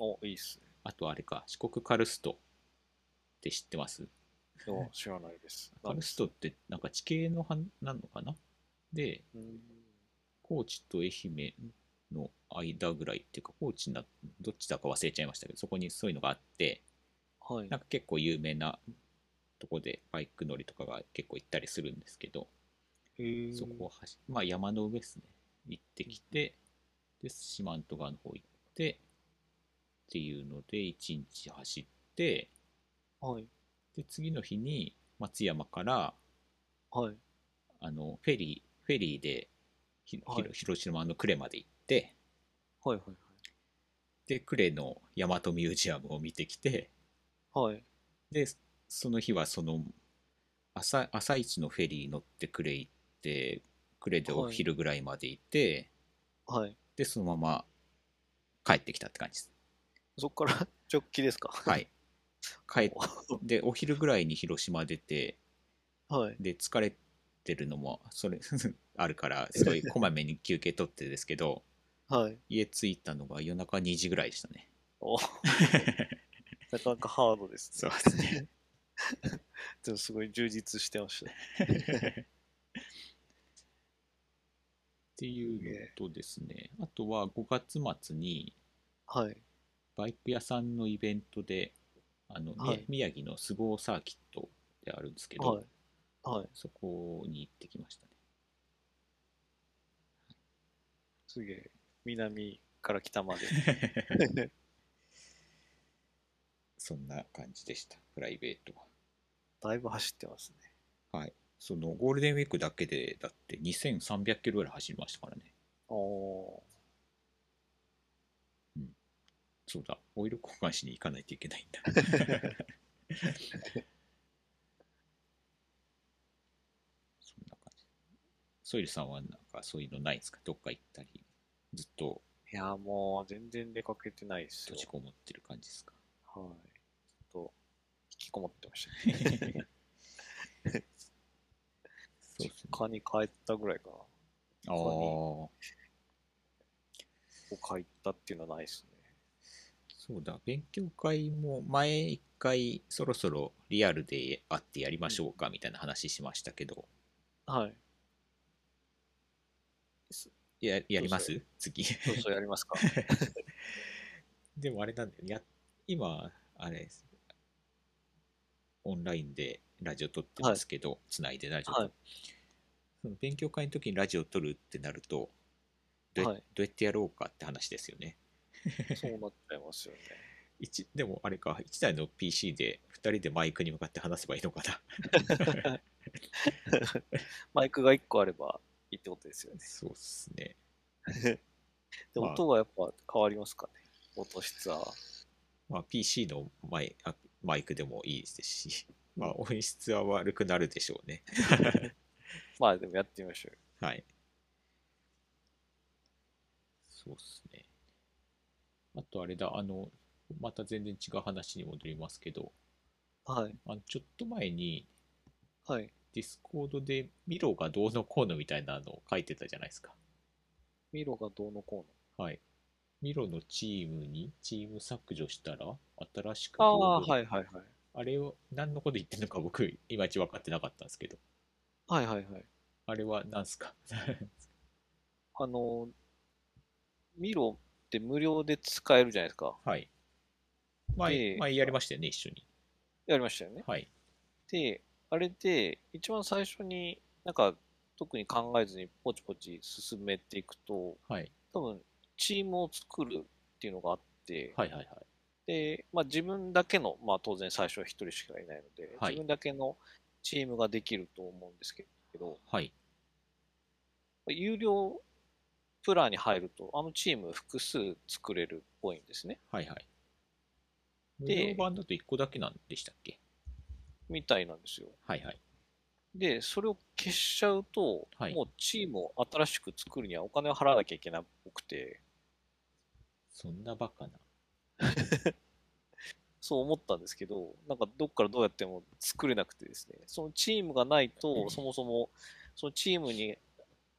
Speaker 2: お、いいっすね。
Speaker 1: あとあれか、四国カルストって知ってます
Speaker 2: お知ら ないです。
Speaker 1: カルストってなんか地形のはなのかなで、
Speaker 2: うん
Speaker 1: 高知と愛媛の間ぐらいっていうか高知などっちだか忘れちゃいましたけどそこにそういうのがあって
Speaker 2: はい
Speaker 1: な。んか結構有名なとこでバイク乗りとかが結構行ったりするんですけどそこを走まあ山の上ですね行ってきてで四万十川の方行ってっていうので1日走って
Speaker 2: はい。
Speaker 1: で次の日に松山から
Speaker 2: はい。
Speaker 1: あのフェリーフェリーでひひろ広島の呉まで行って。
Speaker 2: はい。はい。
Speaker 1: で呉の大和ミュージアムを見てきて
Speaker 2: はい。
Speaker 1: でその日はその朝朝一のフェリー乗って呉行って呉でお昼ぐらいまでいて、
Speaker 2: はい。
Speaker 1: でそのまま帰ってきたって感じ です
Speaker 2: そこから 直帰ですか
Speaker 1: はい帰っでお昼ぐらいに広島出て
Speaker 2: はい。
Speaker 1: で疲れてるのもそれ あるからすごいこまめに休憩取ってですけ ど
Speaker 2: はい。
Speaker 1: 家着いたのが夜中2時ぐらいでしたね
Speaker 2: おなかなかハードですね。
Speaker 1: うですね
Speaker 2: でもすごい充実してましたね。
Speaker 1: っていうのとですね、あとは5月末に
Speaker 2: はい。
Speaker 1: バイク屋さんのイベントで、あの、み
Speaker 2: はい
Speaker 1: 宮城のスゴーサーキットであるんですけど、
Speaker 2: はい。はい。
Speaker 1: そこに行ってきましたね。
Speaker 2: すげえ。南から北ま で。
Speaker 1: そんな感じでした、プライベート
Speaker 2: だいぶ走ってますね。
Speaker 1: は。はい。そのゴールデンウィークだけで、だって2300キロぐらい走りましたからね。
Speaker 2: おお
Speaker 1: そうだ、オイル交換しに行かないといけないんだ。 そんな感じ。ソイルさんはなんかそういうのないですかどっか行ったり、ずっと
Speaker 2: ー。いや、もう全然出かけてないです
Speaker 1: 閉。
Speaker 2: よ
Speaker 1: じこもってる感じですか
Speaker 2: はい。ちょっと、引きこもってましたね。
Speaker 1: そう
Speaker 2: 実
Speaker 1: ですね。
Speaker 2: 家に帰ったぐらいかな。
Speaker 1: ああ、そ
Speaker 2: ここ帰ったっていうのはないですね。
Speaker 1: うだ、勉強会も前一回そろそろリアルで会ってやりましょうかみたいな話しましたけど、
Speaker 2: はい。
Speaker 1: ややりま
Speaker 2: そう
Speaker 1: す次。
Speaker 2: どうぞやりますか。
Speaker 1: でもあれなんだよね。や今、あれです、オンラインでラジオ撮ってますけど、つないでラジオ撮る、
Speaker 2: はい
Speaker 1: その勉強会の時にラジオ撮るってなると、どうや
Speaker 2: はい
Speaker 1: どうやってやろうかって話ですよね。
Speaker 2: そうなっちゃいますよね。
Speaker 1: 一でもあれか、1台の PC で2人でマイクに向かって話せばいいのかな。
Speaker 2: マイクが1個あればいいってことですよ ね。
Speaker 1: そうっすね。
Speaker 2: で、
Speaker 1: まあ
Speaker 2: 音がやっぱ変わりますかね。音質は。
Speaker 1: まあ、PC のマイあマイクでもいいですし、まあ、音質は悪くなるでしょうね。
Speaker 2: まあでもやってみましょうよ。
Speaker 1: はい。そうっすね。あとあれだ、あの、また全然違う話に戻りますけど、
Speaker 2: はい。
Speaker 1: あのちょっと前に
Speaker 2: はい。
Speaker 1: ディスコードでミロがどうのこうのみたいなのを書いてたじゃないですか。
Speaker 2: ミロがどうのこ
Speaker 1: はい。ミロのチームにチーム削除したら新しく
Speaker 2: うの。ああ
Speaker 1: ボード
Speaker 2: ー、
Speaker 1: に
Speaker 2: はいはいはい。
Speaker 1: あれを何のこと言ってるのか僕いまいち分かってなかったんですけど、
Speaker 2: はいはいはい。
Speaker 1: あれは何すか
Speaker 2: あの、ミロって無料で使えるじゃないですか。
Speaker 1: はい。前
Speaker 2: で、
Speaker 1: 前やりましたよね、一緒に。
Speaker 2: やりましたよね。
Speaker 1: はい。
Speaker 2: で、あれで一番最初になんか特に考えずにポチポチ進めていくと、
Speaker 1: はい。
Speaker 2: 多分チームを作るっていうのがあって、
Speaker 1: はいはいはい。
Speaker 2: で、まあ、自分だけの、まあ、当然最初は1人しかいないので、
Speaker 1: はい
Speaker 2: 自分だけのチームができると思うんですけど、
Speaker 1: はい。
Speaker 2: 有料プランに入ると、あのチーム複数作れるっぽいんですね。
Speaker 1: はいはい。無
Speaker 2: で
Speaker 1: 料版だと1個だけなんでしたっけ
Speaker 2: みたいなんですよ。
Speaker 1: はいはい。
Speaker 2: で、それを消しちゃうと、
Speaker 1: はい
Speaker 2: もうチームを新しく作るにはお金を払わなきゃいけなくて、
Speaker 1: そんなバカな。
Speaker 2: そう思ったんですけど、なんかどっからどうやっても作れなくてですね、そのチームがないと、そもそも、そのチームに、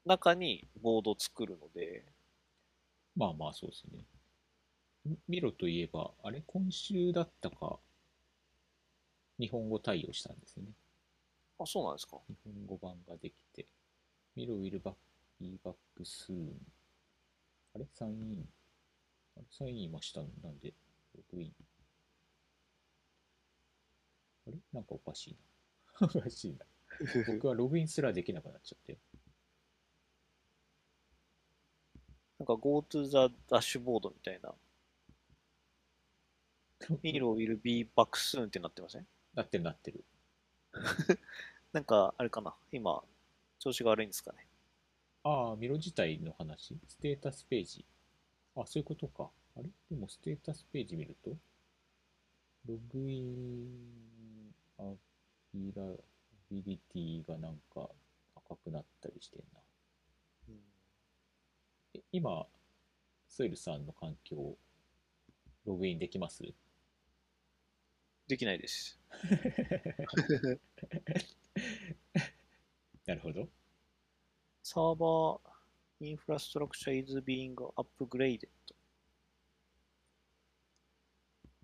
Speaker 2: 中にボードを作るので、
Speaker 1: まあまあそうですね。みミロといえば、あれ、今週だったか、日本語対応したんですよね。
Speaker 2: あ、そうなんですか。
Speaker 1: 日本語版ができて、ミロウィルバック、イーバックスーン。あれ ?3 イン。あれ ?3 インいましたねなんで、ログイン。あれなんかおかしいな。 おかしいな。僕はログインすらできなくなっちゃって。
Speaker 2: なんか Go to the Dashboard みたいな、ミロ will be back soon ってなってません
Speaker 1: なってるなってる。
Speaker 2: なんか、あれかな、今、調子が悪いんですかね。
Speaker 1: ああ、ミロ自体の話。ステータスページ。あ、そういうことか。あれでもステータスページ見ると、ログインアビラビリティがなんか赤くなったりしてんな。え今、ソイルさんの環境、ログインできます
Speaker 2: できないです。
Speaker 1: なるほど。
Speaker 2: サーバー、インフラストラクチャー is being upgraded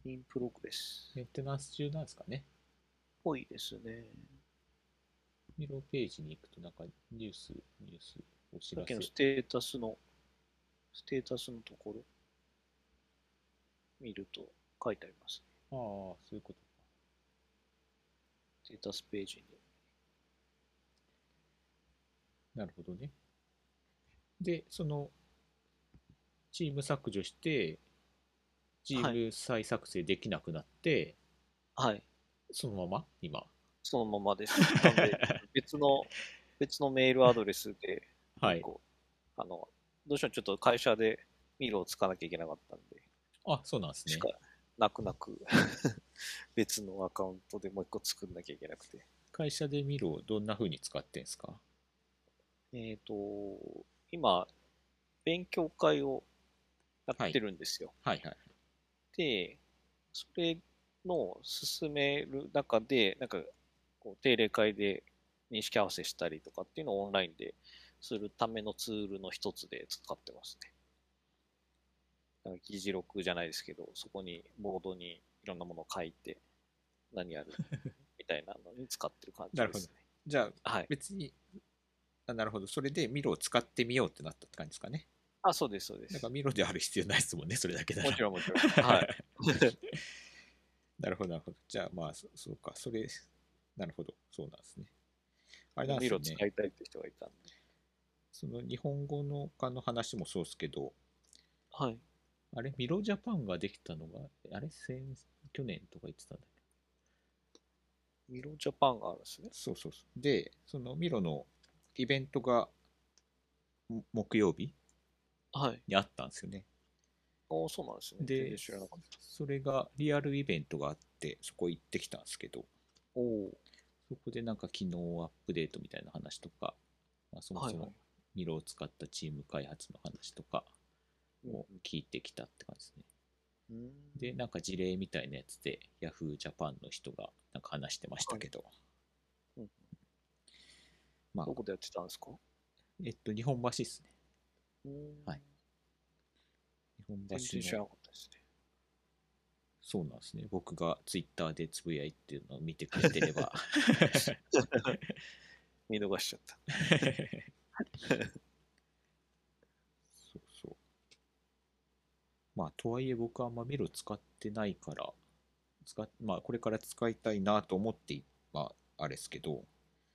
Speaker 2: in progress。
Speaker 1: メンテナンス中なんですかね。
Speaker 2: ぽいですね。
Speaker 1: ミロページに行くとなんかニュース、ニュース、お知
Speaker 2: さ
Speaker 1: ら
Speaker 2: っき
Speaker 1: せ
Speaker 2: の。ステータスの、ステータスのところ、見ると書いてあります。
Speaker 1: ああ、そういうことか。
Speaker 2: ステータスページに。
Speaker 1: なるほどね。で、その、チーム削除して、チーム再作成できなくなって、
Speaker 2: はい。
Speaker 1: そのまま今。
Speaker 2: そのままです。なんで、 別の、別のメールアドレスで、
Speaker 1: はい。
Speaker 2: こうあの、どうしてもちょっと会社でミールをつかなきゃいけなかったんで、
Speaker 1: あ、そうなんですね
Speaker 2: し。か、泣く泣く 別のアカウントでもう一個作んなきゃいけなくて。
Speaker 1: 会社でミロをどんな風に使ってんすか
Speaker 2: えっ、と、今、勉強会をやってるんですよ。
Speaker 1: はいはい。
Speaker 2: で、それの進める中で、なんかこう定例会で認識合わせしたりとかっていうのをオンラインでするためのツールの一つで使ってますね。なんか議事録じゃないですけど、そこにボードにいろんなものを書いて、何 やるみたいなのに使ってる感じですね。
Speaker 1: じゃあ、
Speaker 2: はい。
Speaker 1: 別に、あなるほど。それでミロを使ってみようってなったって感じですかね。
Speaker 2: あ、そうです、そうで
Speaker 1: な
Speaker 2: す。
Speaker 1: んかミロである必要ないですもんね、それだけだ
Speaker 2: も
Speaker 1: ら
Speaker 2: ち。ろん、もちろん。はい。
Speaker 1: なるほど、なるほど。じゃあ、まあ、そそうか、それ、なるほど、そうなんですね。あれなんで
Speaker 2: ミ
Speaker 1: す
Speaker 2: ロ
Speaker 1: よ
Speaker 2: 使
Speaker 1: ね。
Speaker 2: いたいって人がいたんで。
Speaker 1: その日本語の化の話もそうですけど、
Speaker 2: はい。
Speaker 1: あれ、ミロジャパンができたのが、あれ、先去年とか言ってたんだっけ
Speaker 2: ミロジャパンがあるんですね。
Speaker 1: そうそうそう。で、そのミロのイベントがも木曜日
Speaker 2: はい。
Speaker 1: にあったんですよね。
Speaker 2: ああ、そうなんですね。全
Speaker 1: で
Speaker 2: 然知らなかった。、
Speaker 1: それがリアルイベントがあって、そこ行ってきたんですけど、
Speaker 2: おお。
Speaker 1: そこでなんか機能アップデートみたいな話とか、まあ、そも
Speaker 2: はい
Speaker 1: そ
Speaker 2: はい
Speaker 1: も。ミロを使ったチーム開発の話とかを聞いてきたって感じですね。
Speaker 2: うん
Speaker 1: で、なんか事例みたいなやつで Yahoo Japan の人がなんか話してましたけど、
Speaker 2: うん
Speaker 1: まあ
Speaker 2: ど、こでやってたんですか
Speaker 1: えっと、日本橋ですね。はい。日本
Speaker 2: 全然知
Speaker 1: 橋
Speaker 2: ら
Speaker 1: の
Speaker 2: なかったですね。
Speaker 1: そうなんですね僕がツイッターでつぶやいてるのを見てくれてれば
Speaker 2: 見逃しちゃった。
Speaker 1: そうそうまあとはいえ僕はあんまミロ使ってないから使っまあこれから使いたいなと思ってまああれですけど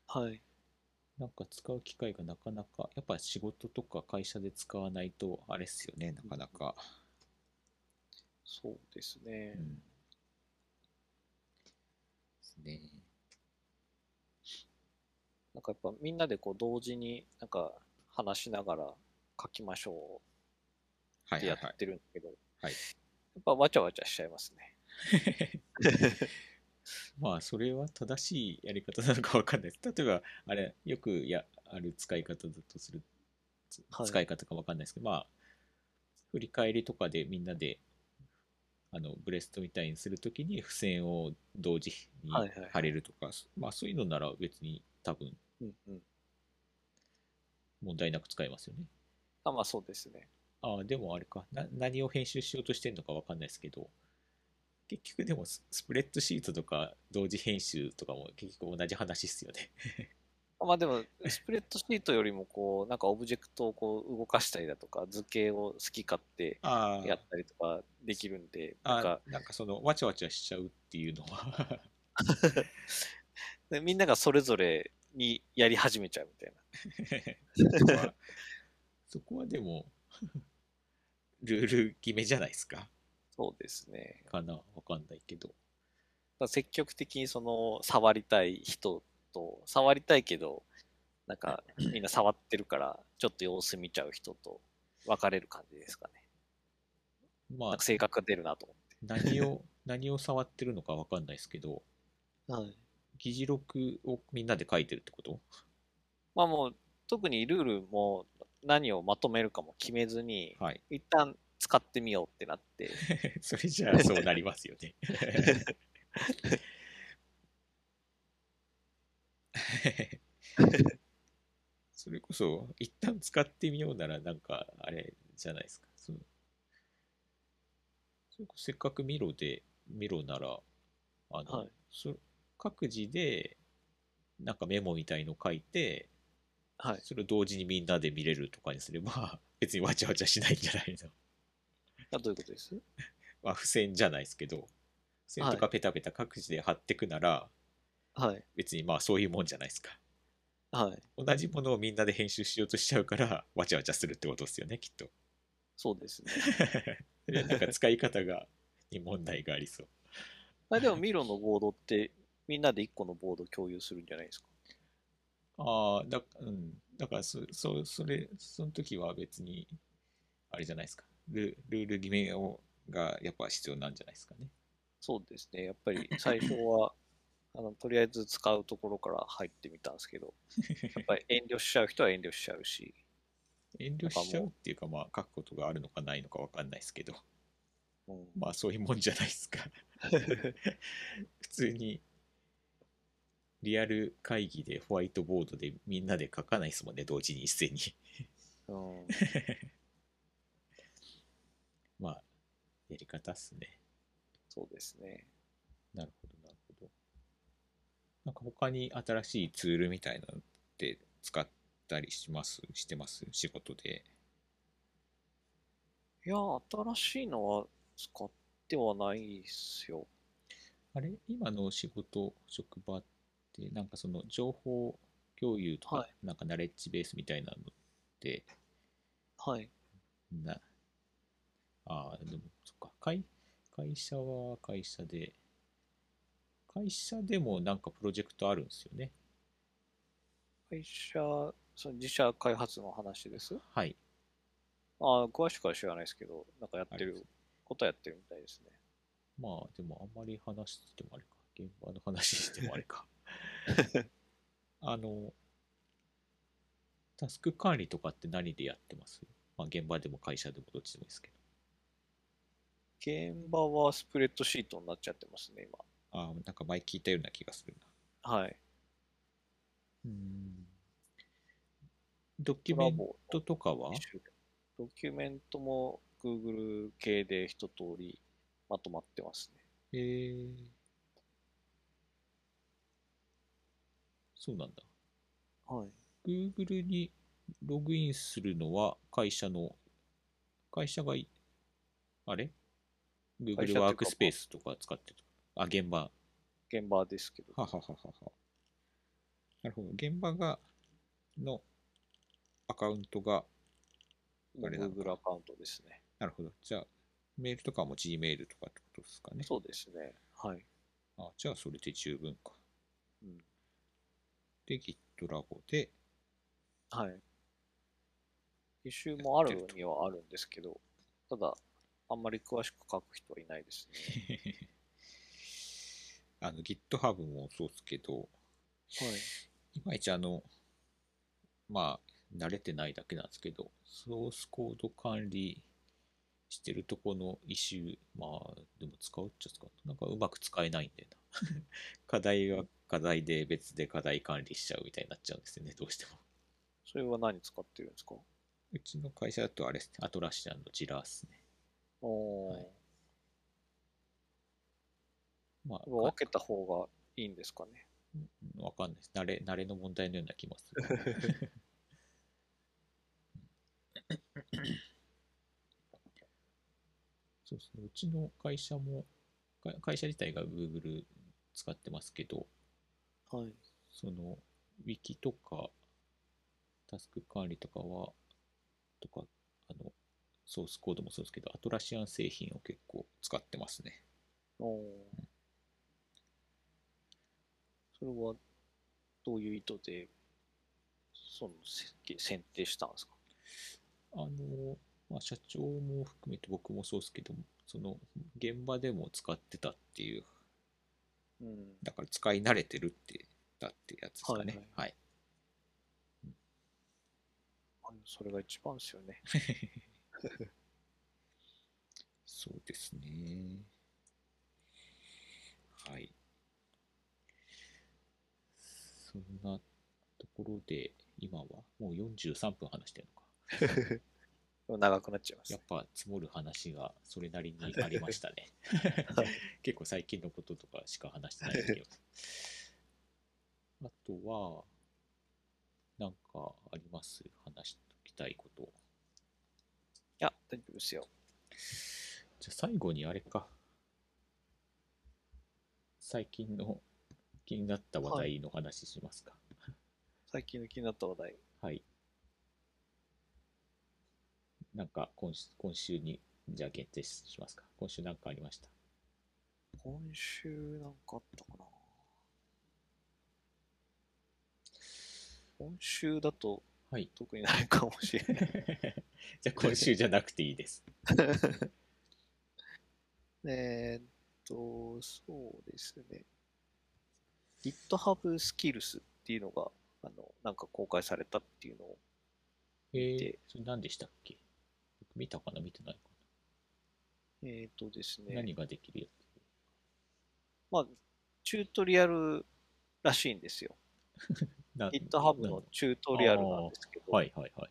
Speaker 2: はい。
Speaker 1: なんか使う機会がなかなかやっぱ仕事とか会社で使わないとあれっすよねなかなか、
Speaker 2: そうですね。
Speaker 1: うんですね
Speaker 2: なんかやっぱみんなでこう同時になんか話しながら書きましょ
Speaker 1: は
Speaker 2: うっ
Speaker 1: い
Speaker 2: て
Speaker 1: は
Speaker 2: や
Speaker 1: いはい
Speaker 2: ってるんだけど、
Speaker 1: はい
Speaker 2: やっぱわちゃわちゃしちゃいますね。
Speaker 1: まあそれは正しいやり方なのかわかんないです。 例えばあれよくやある使い方だとするつ
Speaker 2: はい
Speaker 1: 使い方かわかんないですけど、まあ振り返りとかでみんなであのブレストみたいにするときに付箋を同時に
Speaker 2: はいはいはい
Speaker 1: 貼れるとか、まあそういうのなら別に多分
Speaker 2: うんうん。
Speaker 1: 問題なく使えますよね。
Speaker 2: あまあそうですね。
Speaker 1: ああでもあれかな何を編集しようとしてるのかわかんないですけど結局でもススプレッドシートとか同時編集とかも結局同じ話ですよね。
Speaker 2: まあでも、スプレッドシートよりもこう、なんかオブジェクトをこう動かしたりだとか、図形を好き勝手
Speaker 1: あ あ
Speaker 2: やったりとかできるんで、な
Speaker 1: あ
Speaker 2: んか
Speaker 1: なんかそのわちゃわちゃしちゃうっていうの は
Speaker 2: でみんながそれぞれにやり始めちゃうみたいな。
Speaker 1: そこはそこはでも ルール決めじゃないですか
Speaker 2: そうですね。
Speaker 1: かなわかんないけど
Speaker 2: だから積極的にその触りたい人と触りたいけどなん かみんな触ってるからちょっと様子見ちゃう人と分かれる感じですかね
Speaker 1: ま
Speaker 2: なん
Speaker 1: あ
Speaker 2: か性格が出るなと
Speaker 1: 何を 何を触ってるのかわかんないですけど
Speaker 2: 思って、はい、
Speaker 1: 議事録をみんなで書いてるってこと
Speaker 2: まあもう特にルールも何をまとめるかも決めずに
Speaker 1: はい
Speaker 2: 一旦使ってみようってなって
Speaker 1: それじゃあそうなりますよね それこそ一旦使ってみようならなんかあれじゃないですかそのそれこそせっかくミロでミロならあの、
Speaker 2: はい
Speaker 1: そ各自でなんかメモみたいの書いて
Speaker 2: はい
Speaker 1: それを同時にみんなで見れるとかにすれば別にわちゃわちゃしないんじゃないの
Speaker 2: あどういうことです
Speaker 1: まあ、付箋じゃないですけど付箋とかペタペタ各自で貼ってくなら、
Speaker 2: はい
Speaker 1: 別にまあそういうもんじゃないですか
Speaker 2: はい
Speaker 1: 同じものをみんなで編集しようとしちゃうからわちゃわちゃするってことですよねきっと
Speaker 2: そうですね
Speaker 1: それはなんか使い方が に問題がありそう
Speaker 2: まあでもミロのボードってみんなで一個のボード共有するんじゃないですか
Speaker 1: ああだ,、うん、だからそそそれその時は別にあれじゃないですかルルール決めをがやっぱ必要なんじゃないですかね
Speaker 2: そうですね。やっぱり最初は、あの、とりあえず使うところから入ってみたんですけど、やっぱり遠慮しちゃう人は遠慮しちゃうし、
Speaker 1: 遠慮しちゃうっていうかまあ書くことがあるのかないのかわかんないですけど
Speaker 2: うん、
Speaker 1: まあそういうもんじゃないですか。普通にリアル会議でホワイトボードでみんなで書かないですもんね、同時に一斉に。
Speaker 2: うん
Speaker 1: まあ、やり方っすね。
Speaker 2: そうですね。
Speaker 1: なるほど、なるほど。なんか他に新しいツールみたいなのって使ったりしますしてます仕事で。
Speaker 2: いや、新しいのは使ってはないですよ。
Speaker 1: あれ今の仕事、職場って、なんかその情報共有とか、
Speaker 2: は
Speaker 1: なんかナレッジベースみたいなのって、
Speaker 2: はい。
Speaker 1: な、ああ、でも、そっか、会、会社は会社で、会社でもなんかプロジェクトあるんですよね。
Speaker 2: 会社、その自社開発の話です。
Speaker 1: はい。
Speaker 2: ああ、詳しくは知らないですけど、なんかやって
Speaker 1: あり
Speaker 2: る、ことはやってるみたいですね。
Speaker 1: まあ、でもあんまり話してもあれか。現場の話してもあれ か。あの、タスク管理とかって何でやってますまあ、現場でも会社でもどっちでもいいですけど。
Speaker 2: 現場はスプレッドシートになっちゃってますね、
Speaker 1: ああ、なんか前聞いたような気がするな。
Speaker 2: 今。はい。
Speaker 1: うーん。ドキュ
Speaker 2: コ
Speaker 1: メ
Speaker 2: ラ
Speaker 1: ン
Speaker 2: ボ
Speaker 1: トとかは
Speaker 2: 一種類ドキュメントも Google 系で一通りまとまってますね。
Speaker 1: えー、そうなんだ。
Speaker 2: はい。
Speaker 1: Google にログインするのは会社の、会社がい、あれ
Speaker 2: 会社っていう
Speaker 1: ?Google
Speaker 2: か
Speaker 1: ワークスペースとか使ってる。あ、現場。は
Speaker 2: 現場ですけど。
Speaker 1: ははははは。なるほど。現場が、のアカウントが、あれなのか
Speaker 2: Google アカウントですね。
Speaker 1: なるほど。じゃあ、メールとかも Gmail とかってことですかね。
Speaker 2: そうですね。はい。
Speaker 1: あ、じゃあそれで十分か。
Speaker 2: うん
Speaker 1: で、GitLab で、
Speaker 2: はい。一周もあるにはあるんですけど、ただ、あんまり詳しく書く人はいないですね。
Speaker 1: あの GitHub もそうですけど、
Speaker 2: はい。
Speaker 1: いまいちあの、まあ、慣れてないだけなんですけど、ソースコード管理してるとこのイシュー、まあ、でも使うっちゃ使う。なんかうまく使えないんだよな。 課題は課題で別で課題管理しちゃうみたいになっちゃうんですよね、どうしても。
Speaker 2: それは何使ってるんですか
Speaker 1: うちの会社だとあれですね、アトラシアンのジラーっすね。
Speaker 2: おー、
Speaker 1: はいまあ、
Speaker 2: やっぱ分けた方がいいんですかね。
Speaker 1: うんわかんないです。慣れ、慣れの問題のような気もする。そうですね。うちの会社も、か会社自体が Google 使ってますけど、
Speaker 2: はい。
Speaker 1: その、Wiki とか、タスク管理とかは、とか、あの、ソースコードもそうですけど、アトラシアン製品を結構使ってますね。
Speaker 2: おーそれは、どういう意図で、その設計、選定したんですか
Speaker 1: あの、まあ、社長も含めて僕もそうですけど、その現場でも使ってたっていう、
Speaker 2: うん。
Speaker 1: だから使い慣れてるって、だってやつですかね。はい、
Speaker 2: それが一番ですよね。
Speaker 1: そうですね。はい。そんなところで、今はもう43分話してるのか。
Speaker 2: 長くなっちゃいます
Speaker 1: やっ
Speaker 2: ね。
Speaker 1: ぱ積もる話がそれなりにありま したね。結構最近のこととかしか話してないけど。あとは、なんかあります話しておきたいこと。
Speaker 2: いや、大丈夫ですよ。
Speaker 1: じゃあ最後にあれか。最近の気になった話題の話しますか。
Speaker 2: 最近の気になった話題。
Speaker 1: はい。なんか今週今週に、じゃあ限定しますか。今週なんかありました。
Speaker 2: 今週なんかあったかな今週だと
Speaker 1: はい。
Speaker 2: 特にないかもしれない。
Speaker 1: じゃあ今週じゃなくていい です。
Speaker 2: えーっと、そうですね。GitHub Skills っていうのが、あの、なんか公開されたっていうのを、
Speaker 1: えー
Speaker 2: で、
Speaker 1: それ何でしたっけ僕見たかな見てないか
Speaker 2: えーっとです
Speaker 1: な、
Speaker 2: ね、
Speaker 1: 何ができるや
Speaker 2: まあ、チュートリアルらしいんですよ。
Speaker 1: つな
Speaker 2: GitHub
Speaker 1: な
Speaker 2: のチュートリアルなんですけど、
Speaker 1: はいはいはい。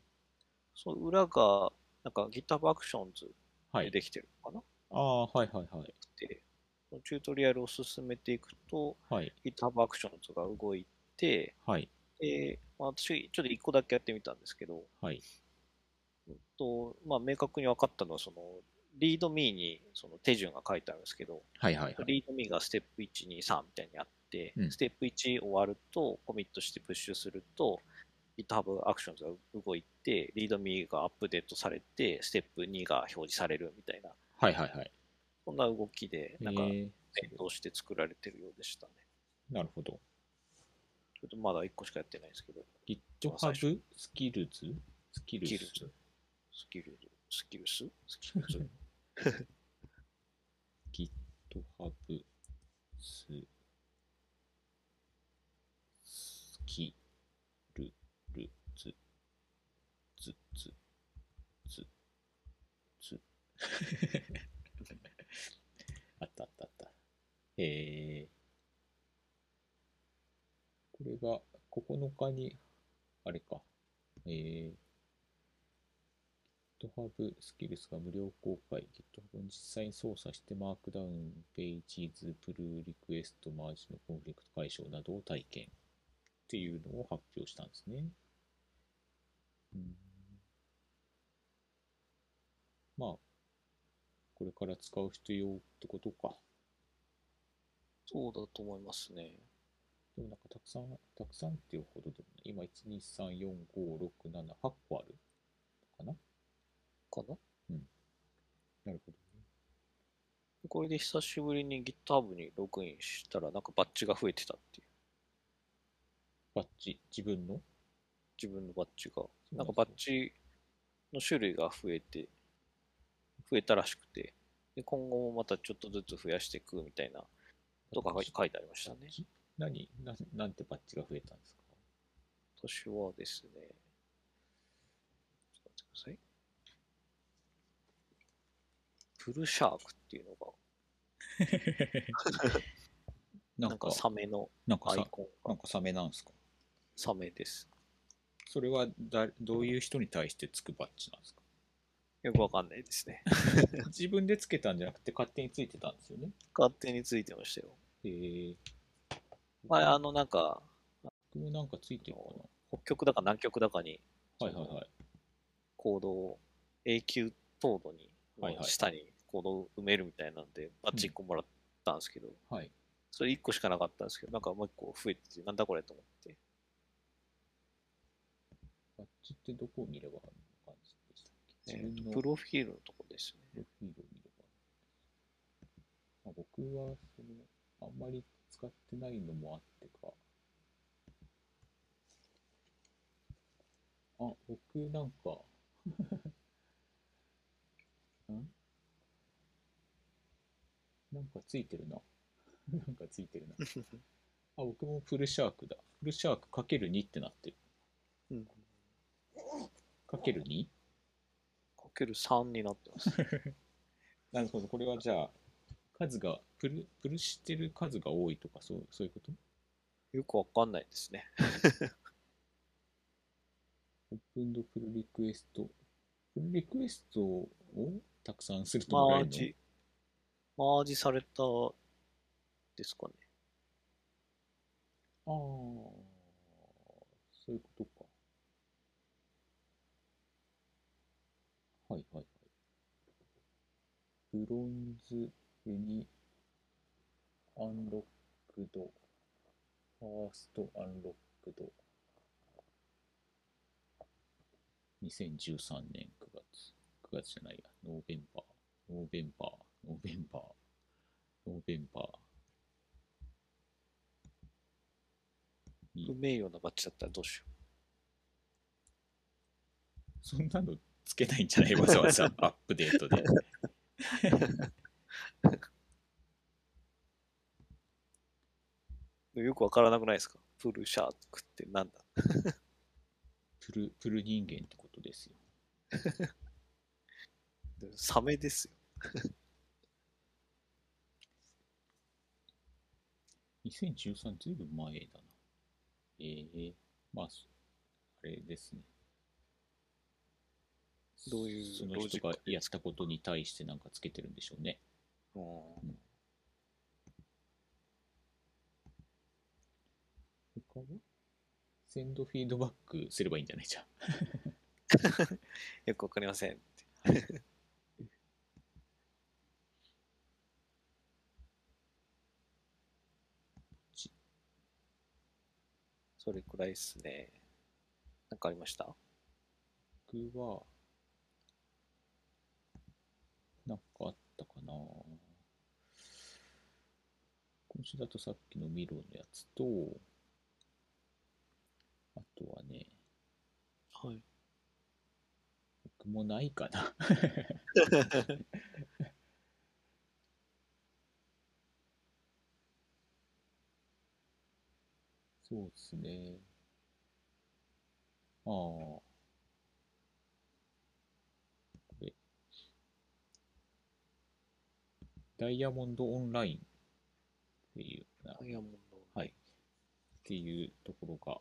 Speaker 2: その裏が、なんか GitHub Actions
Speaker 1: は
Speaker 2: で
Speaker 1: い。
Speaker 2: できてるのかな、
Speaker 1: ああ、はいはいはい。
Speaker 2: で、そのチュートリアルを進めていくと、
Speaker 1: はい。
Speaker 2: GitHub Actions が動いて、
Speaker 1: はい。
Speaker 2: で、まあ、私、ちょっと一個だけやってみたんですけど、
Speaker 1: はい。
Speaker 2: うんと、まあ、明確に分かったのは、その、リードミーにその手順が書いてあるんですけど、
Speaker 1: はいはいはい。
Speaker 2: リードミーがステップ1、2、3みたいにあって、
Speaker 1: うん
Speaker 2: ステップ1終わると、コミットしてプッシュすると、 GitHub Actions が動いて、README がアップデートされて、ステップ2が表示されるみたいな、
Speaker 1: はいはいはい。
Speaker 2: そんな動きで、なんか、
Speaker 1: え
Speaker 2: 連
Speaker 1: ー
Speaker 2: 動して作られてるようでしたね。
Speaker 1: なるほど。
Speaker 2: ちょっとまだ1個しかやってないんですけど、最
Speaker 1: GitHub スキルズスキル
Speaker 2: ス
Speaker 1: ズ
Speaker 2: キルズ、スキルズ、スキルススキル ズ
Speaker 1: GitHub ススキルルズズズズズあったあったあった。えー、これが9日に、あれか、えー、GitHub スキルスが無料公開、GitHub に実際に操作してマークダウン、ページズ、プルーリクエスト、マージのコンフリクト解消などを体験っていうのを発表したんですね。うんまあ、これから使う人用ってことか。
Speaker 2: そうだと思いますね。
Speaker 1: でもなんかたくさん、たくさんっていうほどでもない。今、1、2、3、4、5、6、7、8個あるのかな
Speaker 2: かな
Speaker 1: なるほどね。
Speaker 2: これで久しぶりに GitHub にログインしたら、なんかバッジが増えてたっていう。
Speaker 1: バッチ、自分の
Speaker 2: 自分のバッジが。
Speaker 1: う
Speaker 2: な
Speaker 1: なんんですね
Speaker 2: かバッジの種類が増えて、増えたらしくて、で今後もまたちょっとずつ増やしていくみたいなとかが書いてありましたね
Speaker 1: バッ。チ何な、なんてバッチが増えたんですか
Speaker 2: 私はですね、ちょっと待ってください。プルシャークっていうのが、
Speaker 1: な
Speaker 2: なん
Speaker 1: んか
Speaker 2: か、サメの
Speaker 1: なんか
Speaker 2: アイ
Speaker 1: さ、
Speaker 2: コン
Speaker 1: な
Speaker 2: が
Speaker 1: んかサメなんですか
Speaker 2: サメです。
Speaker 1: それはだ、どういう人に対してつくバッチなん ですか
Speaker 2: よくわかんないで すね。
Speaker 1: 自分でつけたんじゃなくて勝手についてたんですよね。
Speaker 2: 勝手についてましたよ。
Speaker 1: へえ。
Speaker 2: 前、あの、なんか、
Speaker 1: 僕もなんかついてるか
Speaker 2: 北極だか南極だかに
Speaker 1: な。はいはいはい。
Speaker 2: 行動を永久凍土に、
Speaker 1: はいはい
Speaker 2: 下に行動を埋めるみたいなんで、バッチ1個もらったんですけど、
Speaker 1: はい。
Speaker 2: それ1個しかなかったんですけど、なんかもう1個増えてて、なんだこれと思って。
Speaker 1: バッチってどこを見ればあるの感じでしたっけ
Speaker 2: え
Speaker 1: 自分
Speaker 2: ーと
Speaker 1: の
Speaker 2: プロフィールのとこですね。
Speaker 1: プロフィールを見れば。まあ、僕はそれ、あんまり使ってないのもあってか。あ、僕なんか んなんかついてるな。 なんかついてるな。あ、僕もフルシャークだ。フルシャークかける2ってなってる。
Speaker 2: うん
Speaker 1: かける 2?
Speaker 2: かける3になってます。
Speaker 1: なるほど、これはじゃあ、数が、プル、プルしてる数が多いとか、そう、そういうこと
Speaker 2: よくわかんないですね。
Speaker 1: オープンドプルリクエスト。プルリクエストをたくさんするともらえ
Speaker 2: マー
Speaker 1: るの
Speaker 2: ジ、マージされたですかね。
Speaker 1: ああ、そういうことか。はいはいはい。ブロンズユニアンロックド。ファーストアンロックド。2013年9月。9月じゃないや。ノーベンバー。ノーベンバー。ノーベンバー。ノーベンバー。
Speaker 2: 不名誉なバッジだったらどうしよ
Speaker 1: そんなのつけないんじゃないわざわ ざアップデートで。
Speaker 2: う。よくわからなくないですかプルシャークってなんだ
Speaker 1: プル、プル人間ってことですよ。
Speaker 2: サメですよ。
Speaker 1: 2013ずいぶん前だな。ええまあ、そあれですね。
Speaker 2: どういう
Speaker 1: その
Speaker 2: ロ
Speaker 1: 人
Speaker 2: ジック
Speaker 1: がやったことに対してなんかつけてるんでしょうね。他はセンドフィードバックすればいいんじゃないじゃん。
Speaker 2: よくわかりません。それくらいですね。なんかありました
Speaker 1: 僕は、なんかあったかな。今週だとさっきのミロのやつと、あとはね、
Speaker 2: はい。
Speaker 1: 僕もないかな。そうですね。ああ。これ。ダイヤモンドオンラインっていうな、っ
Speaker 2: ダイヤモンド。
Speaker 1: はいていうところが、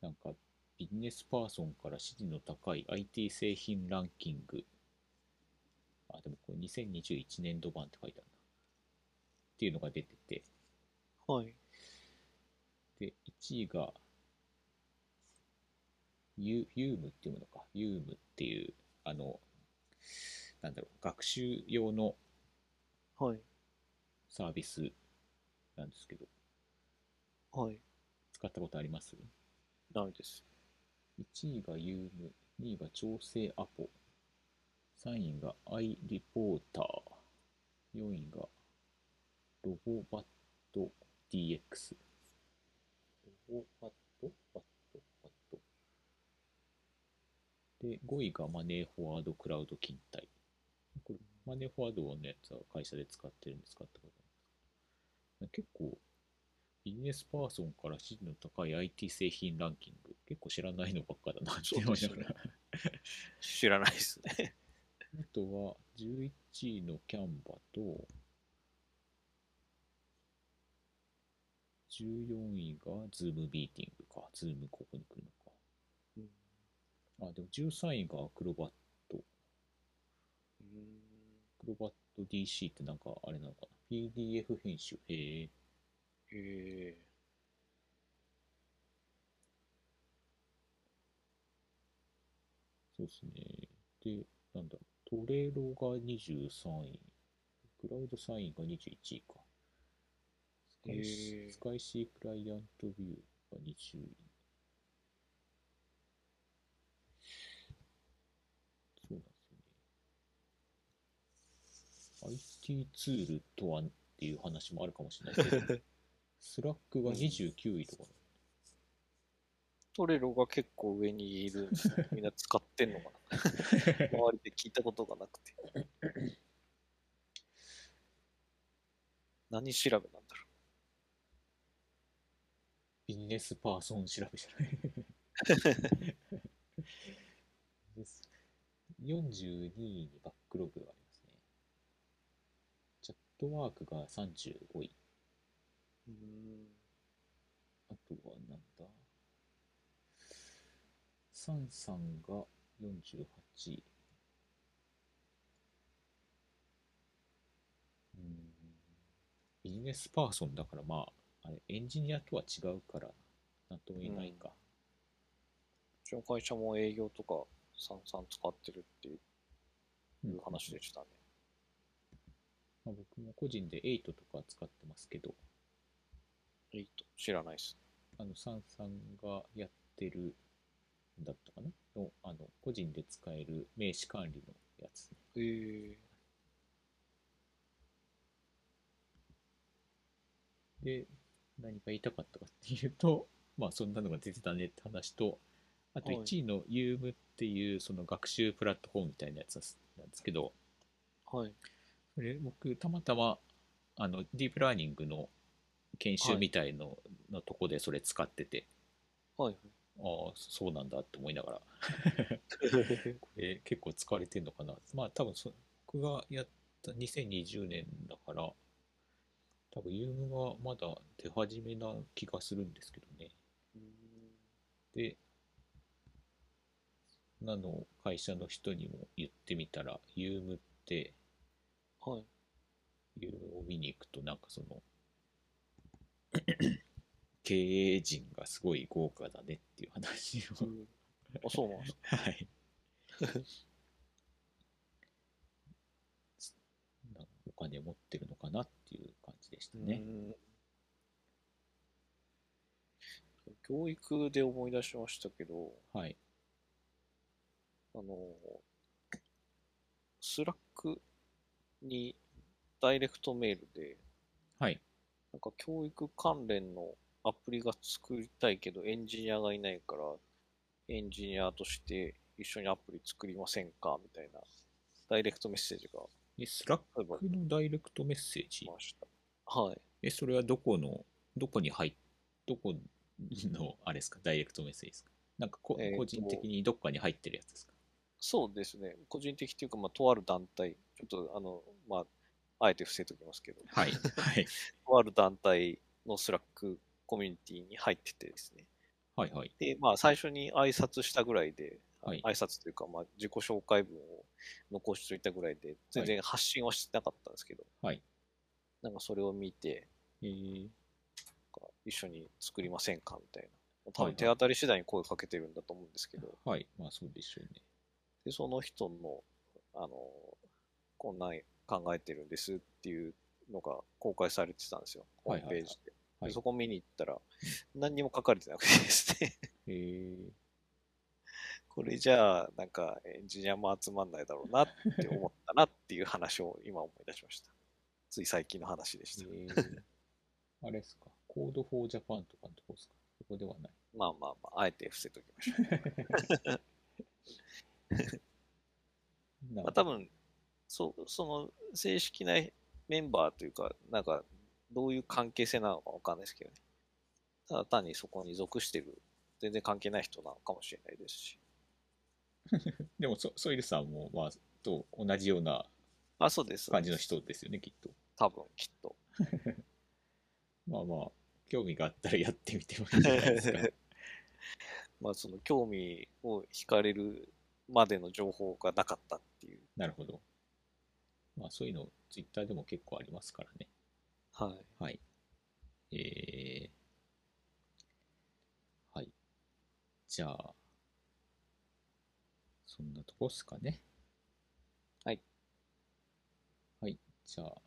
Speaker 1: なんかビジネスパーソンから支持の高い IT 製品ランキング。あ、でもこれ2021年度版って書いてあるな。っていうのが出てて。
Speaker 2: はい。
Speaker 1: で、1位が、ユユームっていうものか。ユームっていう、あの、なんだろう、学習用の
Speaker 2: はい。
Speaker 1: サービスなんですけど、
Speaker 2: はい。
Speaker 1: 使ったことあります
Speaker 2: ないです。
Speaker 1: ?1 位がユーム、2位が調整アポ、3位がアイリポーター、4位がロボバット DX。ロボバットバットバット。で、5位がマネーフォワードクラウド勤怠。これ、マネーフォワードのやつは会社で使ってるんですかってこと結構、ビジネスパーソンから支持の高い IT 製品ランキング、結構知らないのばっかだなって思いながら。
Speaker 2: 知らないですね。
Speaker 1: あとは、11位のキャンバと、14位がズームミーティングか。ズームここに来るのか。あ、でも13位がアクロバット。アクロバット DC ってなんかあれなのかな。PDF 編集。へえ。
Speaker 2: へえ。
Speaker 1: そうですね。で、なんだろう。トレロが23位。クラウドサインが21位か。スカイシ
Speaker 2: へー
Speaker 1: スカイシークライアントビューが20位。そうなんですよね。IT ツールとはっていう話もあるかもしれないけど、 スラックが29位とかな
Speaker 2: トレロが結構上にいるんですねみんな使ってんのかな周りで聞いたことがなくて。何調べなんだろ
Speaker 1: ビジネスパーソン調べじゃない です。42位にバックログがありますね。チャットワークが35位。
Speaker 2: う。
Speaker 1: あとはなんだサンさんが48位。うーん。ビジネスパーソンだからまあ、あれ、エンジニアとは違うから、なんとも言えないか。
Speaker 2: うちの会社も営業とかさんさん使ってるっていう
Speaker 1: うん
Speaker 2: 話でしたね。
Speaker 1: まあ、僕も個人で8とか使ってますけど、
Speaker 2: いいと知らないです。
Speaker 1: あの、サンさんがやってるんだったかなの、あの、個人で使える名刺管理のやつ。
Speaker 2: へえ。
Speaker 1: で、何か言いたかったかっていうと、 まあ、そんなのが出てたねって話と、あと
Speaker 2: はい
Speaker 1: 1位の Ume っていう、その学習プラットフォームみたいなやつなんですけど、
Speaker 2: はい。
Speaker 1: これ僕、たまたま、あの、ディープラーニングの研修みたいの、のとこでそれ使ってて、
Speaker 2: はい。
Speaker 1: ああ、そうなんだって思いながら、えー結構使われてるのかな。まあ多分そ、僕がやった2020年だから、多分ユームはまだ手始めな気がするんですけどね。で、なのを会社の人にも言ってみたら、ユームって、
Speaker 2: はい。
Speaker 1: ユームを見に行くとなんかその、経営陣がすごい豪華だねっていう話を
Speaker 2: あ、そうなんです か。
Speaker 1: はい。なんかお金持ってるのかなっていう感じでしたね。
Speaker 2: うん教育で思い出しましたけど、
Speaker 1: はい。
Speaker 2: あの、スラックにダイレクトメールで、
Speaker 1: はい。
Speaker 2: なんか教育関連のアプリが作りたいけどエンジニアがいないから、エンジニアとして一緒にアプリ作りませんかみたいなダイレクトメッセージが
Speaker 1: え、スラッ
Speaker 2: 例えば
Speaker 1: クのダイレクトメッセージ
Speaker 2: 来。ました。はい。
Speaker 1: え、それはどこの、どこに入っ、どこの、あれですか、ダイレクトメッセージですか。なんかこ、
Speaker 2: えーと
Speaker 1: 個人的にどっかに入ってるやつ ですか。
Speaker 2: そうですね。個人的というか、まあ、とある団体、ちょっとあの、まあ、あえて伏せときますけど、
Speaker 1: はい。はい。
Speaker 2: とある団体のスラックコミュニティに入っててですね。
Speaker 1: はいはい。
Speaker 2: で、まあ、最初に挨拶したぐらいで、
Speaker 1: はい
Speaker 2: 挨拶というか、まあ、自己紹介文を残しといたぐらいで、全然発信はしてなかったんですけど、
Speaker 1: はい
Speaker 2: なんかそれを見て、
Speaker 1: えー、
Speaker 2: なんか一緒に作りませんかみたいな。多
Speaker 1: はいは
Speaker 2: 分
Speaker 1: い
Speaker 2: 手当たり次第に声かけてるんだと思うんですけど、
Speaker 1: はい。まあそうでしょうね。
Speaker 2: で、その人の、あの、こんなん考えてるんですっていうのが公開されてたんですよ、ホ
Speaker 1: はい
Speaker 2: ー
Speaker 1: はい
Speaker 2: ム
Speaker 1: はい
Speaker 2: ページで。
Speaker 1: はい
Speaker 2: でそこ見に行ったら、何にも書かれてなくてですね、
Speaker 1: えー、
Speaker 2: これじゃあ、なんかエンジニアも集まんないだろうなって思ったなっていう話を今思い出しました。つい最近の話でした。
Speaker 1: えーあれですか。コードフォージャパンとかのとこですか。そこではない。
Speaker 2: まあまあまあ、あえて伏せときましょう。
Speaker 1: な
Speaker 2: まあ多分、そう、その正式なメンバーというか、なんか、どういう関係性なのかわかんないですけどね。ただ単にそこに属してる、全然関係ない人なのかもしれないですし。
Speaker 1: でもソ、ソイルさんも、まあ、と同じような
Speaker 2: あ、そうです。
Speaker 1: 感じの人ですよね、きっと。
Speaker 2: 多分、きっと。
Speaker 1: まあまあ、興味があったらやってみてもいいんじゃないですか。
Speaker 2: まあ、その興味を惹かれるまでの情報がなかったっていう。
Speaker 1: なるほど。まあ、そういうの、ツイッターでも結構ありますからね。
Speaker 2: はい。
Speaker 1: はい。えー、はい。じゃあ、そんなとこっすかね。
Speaker 2: はい。
Speaker 1: はい。じゃあ、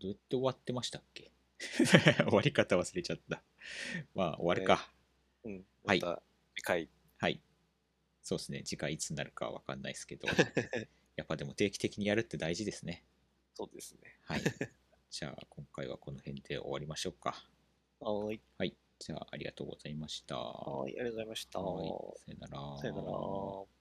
Speaker 1: どうやって終わってましたっけ 終わり方忘れちゃった。 まあ、終わるか。
Speaker 2: うん。
Speaker 1: は
Speaker 2: ま
Speaker 1: い
Speaker 2: た、次回、
Speaker 1: はい。そうですね。次回いつになるかはわかんないですけ ど、やっぱでも定期的にやるって大事ですね。
Speaker 2: そうですね。
Speaker 1: はい。じゃあ、今回はこの辺で終わりましょうか。
Speaker 2: はい。
Speaker 1: はい。じゃあ、ありがとうございました。
Speaker 2: はい、ありがとうございました。
Speaker 1: はいさよなら。
Speaker 2: さよなら。